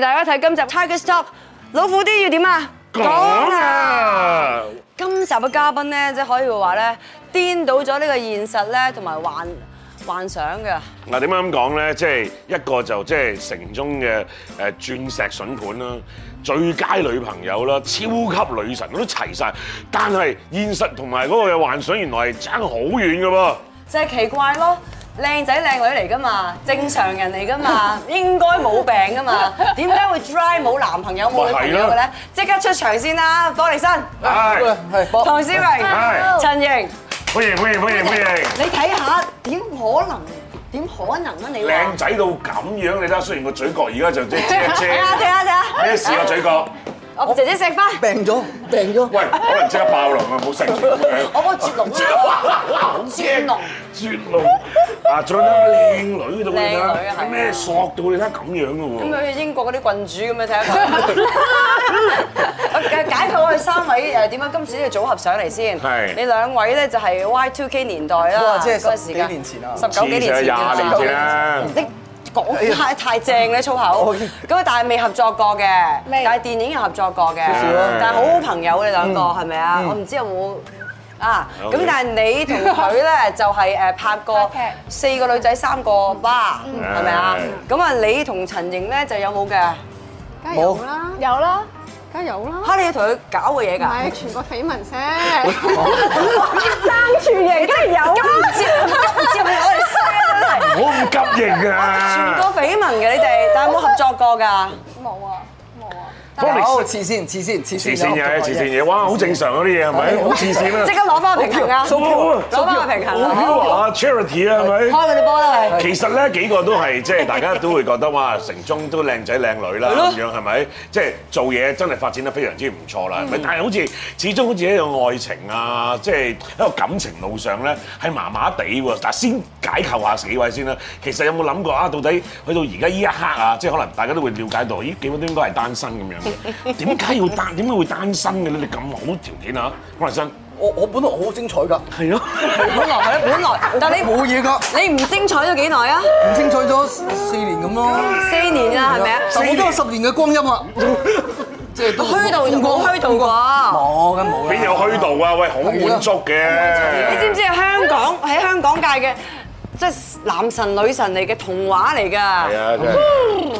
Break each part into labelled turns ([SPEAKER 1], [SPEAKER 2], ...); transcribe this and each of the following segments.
[SPEAKER 1] 大家睇今集《Tiger Stop》，老虎啲要點啊？
[SPEAKER 2] 講！啊！
[SPEAKER 1] 今集嘅嘉賓咧，即係可以話咧，顛倒咗呢個現實咧，同埋幻幻想嘅。
[SPEAKER 2] 嗱點解咁講咧？即係一個就即係城中嘅誒鑽石筍盤啦，最佳女朋友啦，超級女神都齊晒。但係現實同埋嗰個嘅幻想原來係爭好遠嘅噃。
[SPEAKER 1] 就係奇怪咯。靚仔靚女嚟噶嘛，正常人嚟噶嘛，應該冇病噶嘛，點解會 dry 冇男朋友冇女朋友嘅
[SPEAKER 2] 咪係
[SPEAKER 1] 咧？即刻出場先啦，方力申、
[SPEAKER 2] 係，
[SPEAKER 1] 唐詩
[SPEAKER 2] 係
[SPEAKER 1] 詠、陳瑩，
[SPEAKER 2] 歡迎歡迎歡迎歡迎！
[SPEAKER 1] 你睇下點可能？點可能啊？你話
[SPEAKER 2] 靚仔到咁樣，你睇下，雖然個嘴角而家就 即係遮
[SPEAKER 1] 睇
[SPEAKER 2] 一
[SPEAKER 1] 下睇
[SPEAKER 2] 遮，
[SPEAKER 1] 下睇下，
[SPEAKER 2] 咩事個嘴角？
[SPEAKER 1] 我姐姐食翻，
[SPEAKER 3] 病咗，病咗。
[SPEAKER 2] 喂，可能即刻爆龍啊！冇食住咁樣。
[SPEAKER 1] 我個絕龍啦，絕龍。
[SPEAKER 2] 絕路啊！仲有靚女到你
[SPEAKER 1] 靚女啊係啊
[SPEAKER 2] 睇，咩索到你睇咁樣
[SPEAKER 1] 咁
[SPEAKER 2] 嘅喎。
[SPEAKER 1] 佢英國嗰啲郡主咁樣睇下 佢。我解解構我哋三位誒點樣今次呢個組合上嚟先。
[SPEAKER 2] 係
[SPEAKER 1] 你兩位咧就係 Y2K 年代啦，
[SPEAKER 3] 哇即係
[SPEAKER 1] 嗰個
[SPEAKER 3] 十
[SPEAKER 1] 時間
[SPEAKER 3] 幾年前啊
[SPEAKER 1] 十九幾年前
[SPEAKER 2] 廿年前啊啦。
[SPEAKER 1] 你講太太正咧粗口，
[SPEAKER 3] 哦
[SPEAKER 1] 咁但係未合作過嘅，
[SPEAKER 4] 未
[SPEAKER 1] 但係電影又合作過嘅，但係好好朋友你兩個
[SPEAKER 3] 嗯
[SPEAKER 1] 係咪啊？我唔知有冇。啊，
[SPEAKER 2] 有
[SPEAKER 1] 咁
[SPEAKER 2] 嘅
[SPEAKER 1] 但係你同佢咧就係誒拍過
[SPEAKER 4] 拍劇
[SPEAKER 1] 四個女仔三個吧，
[SPEAKER 2] 嗯
[SPEAKER 1] 係咪啊？咁啊，你同陳瑩咧就有冇嘅？
[SPEAKER 5] 梗係有啦，
[SPEAKER 4] 有啦，
[SPEAKER 5] 梗係有啦。
[SPEAKER 1] 嚇，你有同佢搞過嘢
[SPEAKER 5] 唔係
[SPEAKER 1] 㗎？
[SPEAKER 5] 傳個緋聞啫，
[SPEAKER 4] 爭住型梗係有
[SPEAKER 1] 唔
[SPEAKER 4] 啦，
[SPEAKER 1] 知唔知係我哋 聲真係
[SPEAKER 2] 唔好咁急 型
[SPEAKER 1] 傳
[SPEAKER 2] 啊！
[SPEAKER 1] 過緋聞嘅你哋，但係有冇合作過㗎？
[SPEAKER 5] 冇啊冇啊，
[SPEAKER 2] 幫你
[SPEAKER 3] 好，黐線，黐線，黐
[SPEAKER 2] 慈
[SPEAKER 3] 線。
[SPEAKER 2] 善嘢，慈善嘢，啊哇！好正常嗰啲嘢係咪？好慈善啊！
[SPEAKER 1] 即刻攞翻個平衡啊！
[SPEAKER 3] 好飄啊
[SPEAKER 1] 攞翻個平衡
[SPEAKER 2] 好
[SPEAKER 1] 啊！
[SPEAKER 2] 飄啊！Charity 啊，係咪？
[SPEAKER 1] 開佢哋波啦，喂！
[SPEAKER 2] 其實咧幾個都係即係大家都會覺得哇，城中都靚仔靚女啦咁樣係咪？即係做嘢真係發展得非常之唔錯啦，係
[SPEAKER 1] 嗯
[SPEAKER 2] 咪？但係好似始終好似喺個愛情啊，即係喺個感情路上咧係麻麻地喎。但先解構下幾位先啦。其實有冇諗過啊？到底去到而家呢一刻啊，即係可能大家都會了解到，咦幾個都應該係單身咁 樣嘅。點解要單？點解會單身嘅咧？你咁好條件啊，方力申
[SPEAKER 3] 我我本來好精彩㗎，
[SPEAKER 2] 係咯，
[SPEAKER 1] 本來係本來，但係
[SPEAKER 3] 冇嘢㗎，
[SPEAKER 1] 你你唔精彩咗幾耐啊？
[SPEAKER 3] 唔精彩咗四年咁咯。
[SPEAKER 1] 四年啦，係咪啊？
[SPEAKER 3] 就好多十年嘅光陰啦，即係都
[SPEAKER 1] 虛度冇虛度過。
[SPEAKER 3] 冇咁冇啦。
[SPEAKER 2] 邊有虛度啊？喂，好滿足嘅。
[SPEAKER 1] 你知唔知係香港喺香港界嘅即係男神女神嚟嘅童話嚟
[SPEAKER 2] 係
[SPEAKER 1] 㗎？
[SPEAKER 2] 啊，真係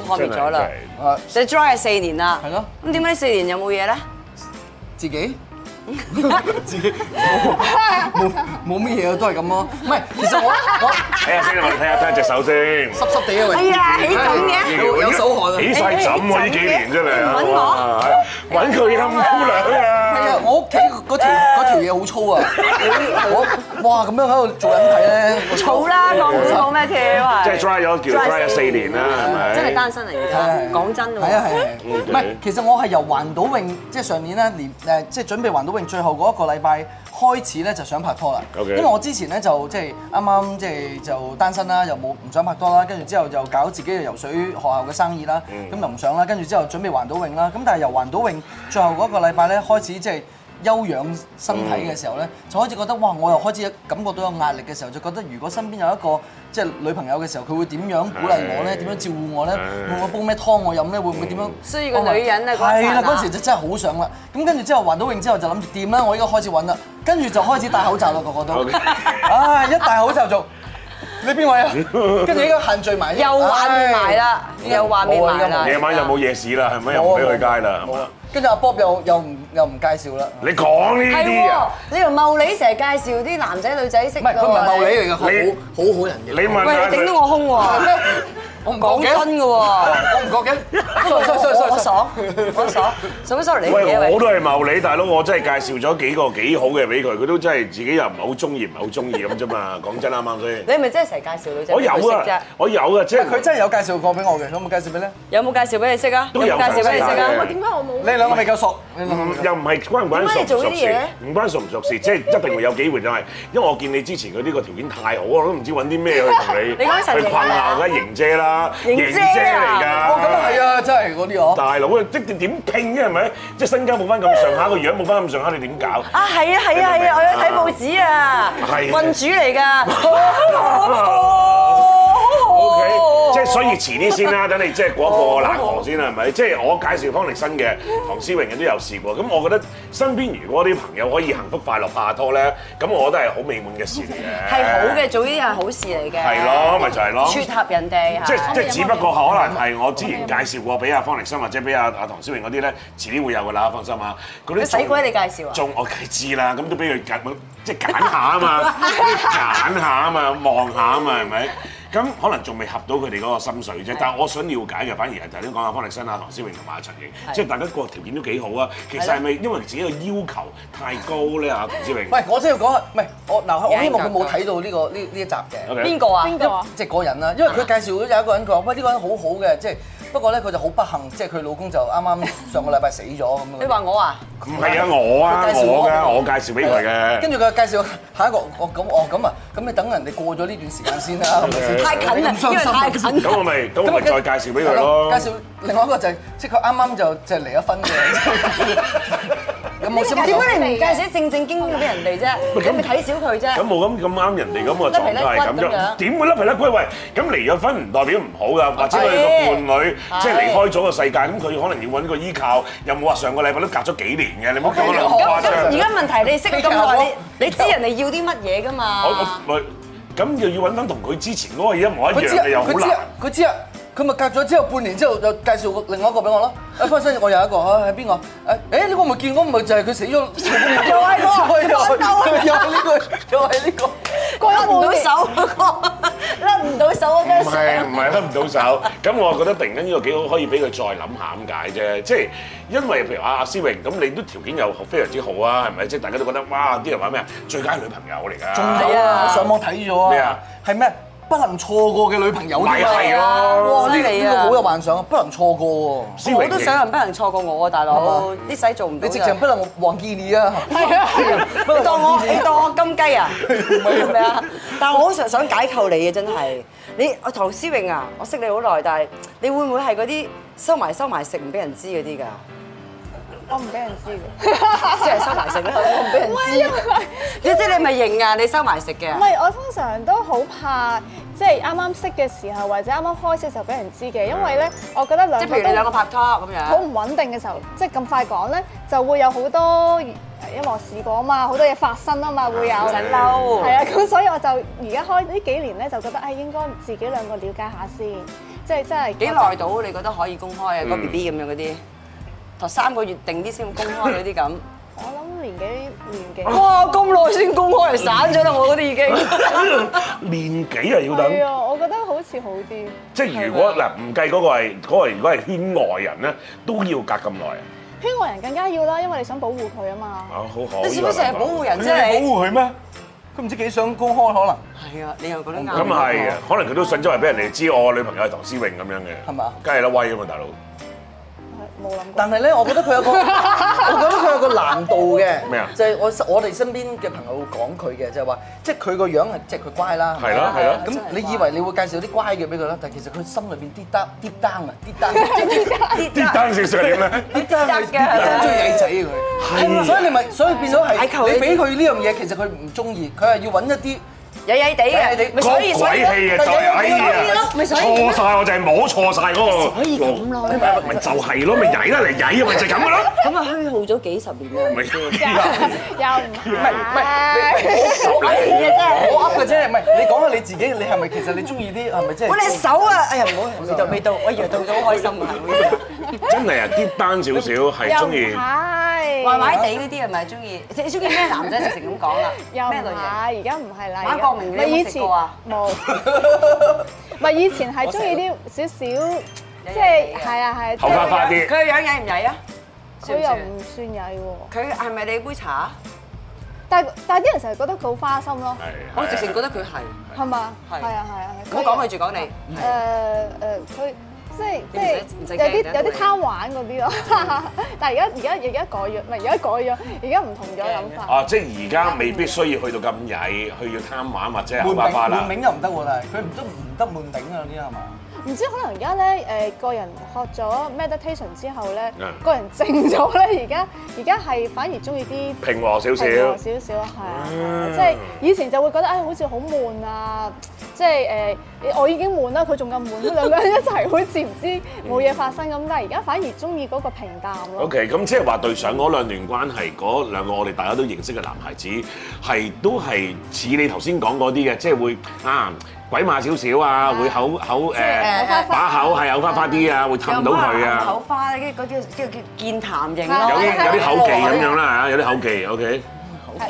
[SPEAKER 1] 破滅咗啦！
[SPEAKER 2] 真係
[SPEAKER 3] 啊？
[SPEAKER 1] 你 dry 係四年啦，
[SPEAKER 3] 係咯。
[SPEAKER 1] 咁點解呢四年有冇嘢咧？
[SPEAKER 3] 自 己。自己冇冇冇乜嘢啊，都係咁咯。唔係，其實我我
[SPEAKER 2] 睇下先，我哋睇下睇下隻手先。
[SPEAKER 3] 濕濕地啊，
[SPEAKER 1] 哎呀，起枕嘅，
[SPEAKER 3] 有有手汗啊。
[SPEAKER 2] 起晒枕喎！呢幾年真係
[SPEAKER 1] 揾我
[SPEAKER 2] 啊，揾佢冧姑娘
[SPEAKER 3] 係啊
[SPEAKER 2] 啊！，
[SPEAKER 3] 我屋企嗰條嗰條嘢好粗 啊！我哇咁樣喺度做緊睇咧，我
[SPEAKER 1] 好啦，講唔好咩跳啊！
[SPEAKER 2] 即係 dry 咗，叫 dry 咗四年啦，係咪？
[SPEAKER 1] 真係單身嚟㗎，啊講真
[SPEAKER 3] 係啊
[SPEAKER 1] 喎。
[SPEAKER 3] 係啊，
[SPEAKER 2] 嗯
[SPEAKER 3] 唔係其實我係由環島泳，即係上年咧年誒，即係準備環島泳最後嗰一個禮拜開始咧，就想拍拖啦。
[SPEAKER 2] OK
[SPEAKER 3] 因為我之前咧就即係啱啱即係就單身啦，又冇唔想拍拖啦，跟住之後就搞自己嘅游水學校嘅生意啦，
[SPEAKER 2] 嗯
[SPEAKER 3] 咁又唔想啦，跟住之後準備環島泳啦，咁但係由環島泳最後嗰一個禮拜咧開始即係。休養身體嘅時候
[SPEAKER 2] 嗯
[SPEAKER 3] 咧，就開始覺得哇！我又開始感覺到有壓力嘅時候，就覺得如果身邊有一個即係女朋友嘅時候，佢會點樣鼓勵我咧？
[SPEAKER 2] 係
[SPEAKER 3] 點樣照顧我咧？
[SPEAKER 2] 係
[SPEAKER 3] 會唔會煲咩湯我飲咧？會唔會點
[SPEAKER 2] 嗯
[SPEAKER 3] 樣？
[SPEAKER 1] 需要個女人啊嗰一
[SPEAKER 3] 係啦，
[SPEAKER 1] 剎那
[SPEAKER 3] 嗰陣時就真係好想啦。啊咁跟住之後環到泳之後就諗住掂啦，我依家開始揾啦。跟住就開始戴口罩啦，個個都
[SPEAKER 2] OK。
[SPEAKER 3] 唉，一戴口罩就你邊 位啊？跟住依家限聚埋，
[SPEAKER 1] 又畫面埋啦，又畫面埋啦。
[SPEAKER 2] 夜晚又冇夜市啦，係咪？又唔俾去街啦，係
[SPEAKER 3] 冇
[SPEAKER 2] 嘛
[SPEAKER 3] 啦。跟住阿 Bob 又又唔又唔介紹啦。
[SPEAKER 2] 你講呢
[SPEAKER 1] 係
[SPEAKER 2] 啲
[SPEAKER 1] 喎
[SPEAKER 2] 啊？，
[SPEAKER 1] 你同茂利成日介紹啲男仔女仔識
[SPEAKER 3] 唔係佢唔係茂利嚟嘅，佢
[SPEAKER 2] 你
[SPEAKER 3] 好好好人
[SPEAKER 2] 你
[SPEAKER 3] 嘅。
[SPEAKER 2] 問
[SPEAKER 1] 喂，
[SPEAKER 2] 下
[SPEAKER 1] 你頂到
[SPEAKER 2] 佢。
[SPEAKER 1] 我胸喎，
[SPEAKER 3] 我唔
[SPEAKER 1] 講真嘅 喎。
[SPEAKER 3] 我唔覺嘅。
[SPEAKER 1] 我
[SPEAKER 3] sorry
[SPEAKER 1] 我
[SPEAKER 3] sorry sorry
[SPEAKER 1] 爽，我爽，做乜 sorry 你
[SPEAKER 2] 喂，
[SPEAKER 1] 嘢
[SPEAKER 2] 我
[SPEAKER 1] 喂？
[SPEAKER 2] 都係茂利大佬，我真係介紹咗幾個幾好嘅俾佢，佢都真係自己又唔係好中意，唔係好中意咁啫嘛。講真啱唔啱先？
[SPEAKER 1] 你係咪真係成日介紹女仔
[SPEAKER 2] 我
[SPEAKER 1] 俾佢
[SPEAKER 2] 有
[SPEAKER 1] 識啫
[SPEAKER 2] 啊？，我有啊，即係
[SPEAKER 3] 佢真係有介紹過俾我嘅，佢有冇介紹俾咧？
[SPEAKER 1] 有冇介紹俾你識啊？
[SPEAKER 2] 都有
[SPEAKER 1] 冇介紹俾你識
[SPEAKER 2] 介紹
[SPEAKER 1] 啊
[SPEAKER 2] 嘅？
[SPEAKER 5] 點 解我冇
[SPEAKER 3] 你？兩個未夠熟，你兩個未夠熟
[SPEAKER 2] 嗯又唔係關唔關熟
[SPEAKER 1] 點解你
[SPEAKER 2] 唔熟
[SPEAKER 1] 做
[SPEAKER 2] 事
[SPEAKER 1] 呢啲嘢，
[SPEAKER 2] 唔關熟唔熟事，即係一定會有機會就係，因為我見你之前佢呢個條件太好，啊我都唔知揾啲咩去同你
[SPEAKER 1] 你講神
[SPEAKER 2] 去
[SPEAKER 1] 型啊
[SPEAKER 2] 困下，梗係型姐啦，
[SPEAKER 1] 型姐啊
[SPEAKER 2] 嚟㗎，
[SPEAKER 3] 哦，咁啊係啊，真係嗰啲哦。
[SPEAKER 2] 大佬啊，即係點拼啫係咪？即係身家冇翻咁上下，個樣冇翻咁上下，你點搞？
[SPEAKER 1] 啊係啊係啊係啊！我有睇報紙啊
[SPEAKER 2] 係，
[SPEAKER 1] 郡主嚟㗎，好好好好哦
[SPEAKER 2] OK，即係所以遲啲 先啦，等你即係過一過冷河先啦，係咪？即係我介紹方力申嘅、唐詩詠嘅都有試過，咁我覺得身邊如果啲朋友可以幸福快樂拍下拖咧，咁我覺得係好美滿嘅事嚟嘅。
[SPEAKER 1] 係好嘅，做呢啲係好事嚟嘅。
[SPEAKER 2] 係咯，咪就係咯。
[SPEAKER 1] 撮合人哋
[SPEAKER 2] 即
[SPEAKER 1] 係。
[SPEAKER 2] 即只不過可能係我之前介紹過俾阿方力申或者俾阿阿唐詩詠嗰啲咧，遲啲會有噶啦，放心啊！嗰啲
[SPEAKER 1] 你使鬼你介紹啊
[SPEAKER 2] 仲我梗係知啦，咁都俾佢揀，即係揀下啊嘛， 揀下啊嘛，望下啊嘛，係咪？咁可能仲未合到佢哋嗰個心水啫，但係我想了解嘅反而係頭先講阿方力申啊、唐詩詠同埋阿陳瑩，即係大家個條件都幾好啊。其實係咪因為自己個要求太高咧？阿唐詩詠，
[SPEAKER 3] 喂，我真係要講，唔係我嗱，我希望佢冇睇到呢個呢呢一集嘅。
[SPEAKER 2] OK
[SPEAKER 1] 邊個啊？
[SPEAKER 5] 邊個啊？
[SPEAKER 3] 即係嗰人啦，因為佢介紹咗有一個人，佢話喂呢個人好好嘅，即係不過咧佢就好不幸，即係佢老公就啱 啱上個禮拜死咗咁樣。
[SPEAKER 1] 你話我啊？
[SPEAKER 2] 唔係啊，我啊，
[SPEAKER 3] 佢介紹
[SPEAKER 2] 我㗎，我介紹俾佢嘅。
[SPEAKER 3] 跟住佢介紹下一個，我咁我咁啊，咁你等人哋過咗呢段時間先啦，係咪先
[SPEAKER 1] 太近啦，因為太近啦
[SPEAKER 2] 啊咁。我咪咁我咪
[SPEAKER 3] 跟
[SPEAKER 2] 再介紹俾佢咯。
[SPEAKER 3] 係介紹另外一個就係即係佢啱啱就就離咗婚嘅，有冇先？
[SPEAKER 1] 點解你唔介紹啲正正經經俾人哋啫？
[SPEAKER 2] 喂咁
[SPEAKER 1] 你咪睇小佢
[SPEAKER 2] 咁
[SPEAKER 1] 啫。
[SPEAKER 2] 冇咁咁啱人哋咁個狀態係咁
[SPEAKER 1] 甩皮甩骨咁
[SPEAKER 2] 樣，
[SPEAKER 1] 樣
[SPEAKER 2] 點會甩皮甩骨？喂，咁離咗婚唔代表唔好㗎，或者佢個伴侶
[SPEAKER 1] 係
[SPEAKER 2] 即係離開咗個世界，咁佢可能要揾個依靠。又冇話上個禮拜都隔咗幾年嘅，你唔好講得
[SPEAKER 1] 咁
[SPEAKER 2] 咁誇
[SPEAKER 1] 咁而
[SPEAKER 2] 張。
[SPEAKER 1] 家問題，你識咗咁耐，你你知人哋要啲乜嘢㗎嘛
[SPEAKER 2] 我？我咪咁又要揾翻同佢之前嗰個一模一
[SPEAKER 3] 佢知
[SPEAKER 2] 樣嘅又好
[SPEAKER 3] 佢知
[SPEAKER 2] 難。
[SPEAKER 3] 佢知啊，佢咪隔咗之後半年之後就介紹另外一個俾我咯。誒，方生，我有一個，誒係邊個？誒，誒呢個咪見過，咪就係佢死咗。又係個，又係 又係呢個，又係呢個。
[SPEAKER 1] 甩唔到手嗰個，甩唔到手 啊嗰張
[SPEAKER 2] 唔係
[SPEAKER 1] 相
[SPEAKER 2] 唔。係甩唔到手，咁我覺得突然間呢個幾好，可以俾佢再諗下咁解啫。即係因為譬如阿阿思榮，咁你都條件又非常之好啊，係咪？即係大家都覺得哇，啲人話咩啊，最佳女朋 友嚟㗎。
[SPEAKER 3] 仲有啊！我上網睇咗
[SPEAKER 2] 咩啊
[SPEAKER 3] 啊，係咩？不能錯過嘅女朋友添
[SPEAKER 2] 咪
[SPEAKER 3] 啊
[SPEAKER 2] 係咯，
[SPEAKER 3] 哇！呢個
[SPEAKER 1] 犀
[SPEAKER 3] 呢
[SPEAKER 1] 利啊
[SPEAKER 3] 個好有幻想啊，不能錯過喎。
[SPEAKER 2] 啊思榮
[SPEAKER 1] 我都想人不能錯過我啊，大佬！呢世做唔到
[SPEAKER 3] 你直
[SPEAKER 1] 㗎。
[SPEAKER 3] 情不能忘記你啊！
[SPEAKER 1] 係啊，你當我你當我金雞啊？係咪啊？但係我好想想解構你嘅真係，你我唐詩詠啊，我識你好耐，但係你會唔會係嗰啲收埋收埋食唔俾人知嗰啲㗎？
[SPEAKER 5] 我唔俾人知嘅。
[SPEAKER 1] 即係收埋食咧，我唔俾人
[SPEAKER 5] 唔係因
[SPEAKER 1] 知。
[SPEAKER 5] 為
[SPEAKER 1] 你即係你咪型啊？你收埋食嘅
[SPEAKER 5] 唔。係，我通常都好怕，即係啱啱識嘅時候或者啱啱開始嘅時候俾人知嘅，因為咧，我覺得
[SPEAKER 1] 嗯即
[SPEAKER 5] 兩
[SPEAKER 1] 係譬如你兩個
[SPEAKER 5] 個都
[SPEAKER 1] 拍拖咁
[SPEAKER 5] 好
[SPEAKER 1] 樣，
[SPEAKER 5] 唔穩定嘅時候，即係咁快講咧，就會有好多，因為我試過啊嘛，好多嘢發生啊嘛，會有。
[SPEAKER 1] 唔使嬲
[SPEAKER 5] 係。啊，咁所以我就而家開呢幾年咧，就覺得誒應該自己兩個了解下先，即係真係
[SPEAKER 1] 幾耐到你覺得可以公開啊？個 à, B B 咁樣嗰啲，頭三個月定啲先公開嗰啲咁。
[SPEAKER 5] 我諗年幾年幾。
[SPEAKER 1] 哇！咁耐先公開，嚟散咗啦！我嗰啲已經。
[SPEAKER 2] 年紀啊要
[SPEAKER 5] 係
[SPEAKER 2] 等，
[SPEAKER 5] 啊，我覺得好似好啲。
[SPEAKER 2] 即係如果嗱唔計嗰個係嗰個，如果係圈外人咧，都要隔咁耐啊！
[SPEAKER 5] 圈外人更加要啦，因為你想保護佢啊嘛
[SPEAKER 2] 啊，。好好。
[SPEAKER 1] 你使唔使成日保護人啊
[SPEAKER 2] 你
[SPEAKER 1] 啫？你
[SPEAKER 2] 保護佢咩？
[SPEAKER 3] 佢唔知幾想公開可能
[SPEAKER 1] 係啊，你又覺得啱。
[SPEAKER 2] 咁係啊，可能佢都想周圍俾人哋知我女朋友係唐詩詠咁樣嘅，
[SPEAKER 3] 係嘛
[SPEAKER 2] 梗係啦，威啊嘛，大佬。
[SPEAKER 5] 冇諗過。
[SPEAKER 3] 但係咧，我覺得佢有個， 我覺得佢有個難度嘅。
[SPEAKER 2] 咩啊
[SPEAKER 3] 就係我我哋身邊嘅朋友講佢嘅，就係話，即係佢個樣係即係佢乖啦。
[SPEAKER 2] 係啦係啦
[SPEAKER 3] 咁
[SPEAKER 1] 真係乖
[SPEAKER 3] 你以為你會介紹啲乖嘅俾佢啦，但係其實佢心裏邊跌 down 跌 down 啊跌 down
[SPEAKER 2] 啲單少少係點咧？
[SPEAKER 3] 跌 down
[SPEAKER 1] 得
[SPEAKER 3] 係
[SPEAKER 1] 嘅
[SPEAKER 3] 跌 down 中意曳仔啊佢。所以你咪所以變咗
[SPEAKER 1] 矮球
[SPEAKER 3] 係
[SPEAKER 1] 呢啲
[SPEAKER 3] 你俾佢呢樣嘢，其實佢唔中意，佢係要揾一啲。
[SPEAKER 1] 曳曳地嘅，咪所以
[SPEAKER 2] 講
[SPEAKER 1] 所以
[SPEAKER 2] 鬼氣啊！就係哎呀，錯晒我就係摸錯晒嗰個。可以咁咯，咪就係咯，咪曳啦嚟曳啊，咪就係咁 嘅咯。
[SPEAKER 1] 咁啊虛耗咗幾十年啊！
[SPEAKER 2] 咪
[SPEAKER 5] Dạ. 又唔係。
[SPEAKER 1] 我嚟嘅啫。
[SPEAKER 3] 我噏嘅啫，唔係你講下你自己，你係咪其實你中意啲係咪即係？
[SPEAKER 1] 我隻手啊！哎呀，唔 好未到未到，我以為到咗好開心啊！唔好意思
[SPEAKER 2] 真係啊，啲單少少係
[SPEAKER 5] 又唔
[SPEAKER 2] 中意。
[SPEAKER 5] 係，
[SPEAKER 1] 壞壞地嗰啲係咪中意？你中意咩男仔直情咁講啦？
[SPEAKER 5] 又唔
[SPEAKER 1] 咩類型？
[SPEAKER 5] 係，而家唔係啦。
[SPEAKER 1] 玩國明你有冇
[SPEAKER 5] 咪以
[SPEAKER 1] 食
[SPEAKER 5] 前
[SPEAKER 1] 過啊
[SPEAKER 5] 冇，咪以前係中意啲少少，即係係啊係啊。
[SPEAKER 2] 頭髮花啲
[SPEAKER 1] 佢個樣曳唔曳啊？
[SPEAKER 5] 佢又唔算曳喎，
[SPEAKER 1] 佢係咪你杯茶？
[SPEAKER 5] 但係但係啲人成日覺得佢好花心咯，
[SPEAKER 1] 我直情覺得佢係，
[SPEAKER 5] 係嘛？
[SPEAKER 1] 係
[SPEAKER 5] 係啊係啊。
[SPEAKER 1] 唔好講佢住講你。
[SPEAKER 5] 誒誒，佢即係
[SPEAKER 1] 你唔使唔使
[SPEAKER 5] 即
[SPEAKER 1] 驚
[SPEAKER 5] 係有
[SPEAKER 1] 你
[SPEAKER 5] 啲
[SPEAKER 1] 都
[SPEAKER 5] 有
[SPEAKER 1] 會
[SPEAKER 5] 啲貪玩嗰 啲咯，但係而家而家而家改咗，唔係而家改咗，而家唔同咗諗法。
[SPEAKER 2] 啊，即係而家未必需要去到咁曳，去要貪玩或者係
[SPEAKER 3] 滿
[SPEAKER 2] 花花
[SPEAKER 3] 頂
[SPEAKER 2] 啦
[SPEAKER 3] 滿。頂又唔得喎，但係佢唔得唔得滿頂啊啲係嘛？
[SPEAKER 5] 唔知可能而家咧誒個人學咗 meditation 之後咧
[SPEAKER 2] 嗯，
[SPEAKER 5] 個人靜咗咧，而家而家係反而中意啲
[SPEAKER 2] 平和少少
[SPEAKER 5] 哎平和少少係啊，係啊即係以前就會覺得誒好似好悶啊，即係誒，我已經悶啦，佢仲咁悶，兩個人一齊好似唔知冇嘢發生咁。但係而家反而中意嗰個平淡咯。
[SPEAKER 2] OK，咁即係話對上嗰兩段關係，嗰兩個我哋大家都認識嘅男孩子，係都係似你頭先講嗰啲嘅，即係會啊鬼馬少少啊，會口口
[SPEAKER 1] 係
[SPEAKER 2] 誒
[SPEAKER 5] 口花花
[SPEAKER 2] 把口係有花花啲啊，會氹到佢
[SPEAKER 1] 口
[SPEAKER 2] 啊，
[SPEAKER 1] 花咧，跟住嗰啲叫叫健談型
[SPEAKER 2] 有
[SPEAKER 1] 咯，
[SPEAKER 2] 啲
[SPEAKER 5] 係
[SPEAKER 2] 有啲口技
[SPEAKER 1] Dạ.
[SPEAKER 2] 咁樣啦嚇，有啲口技，OK。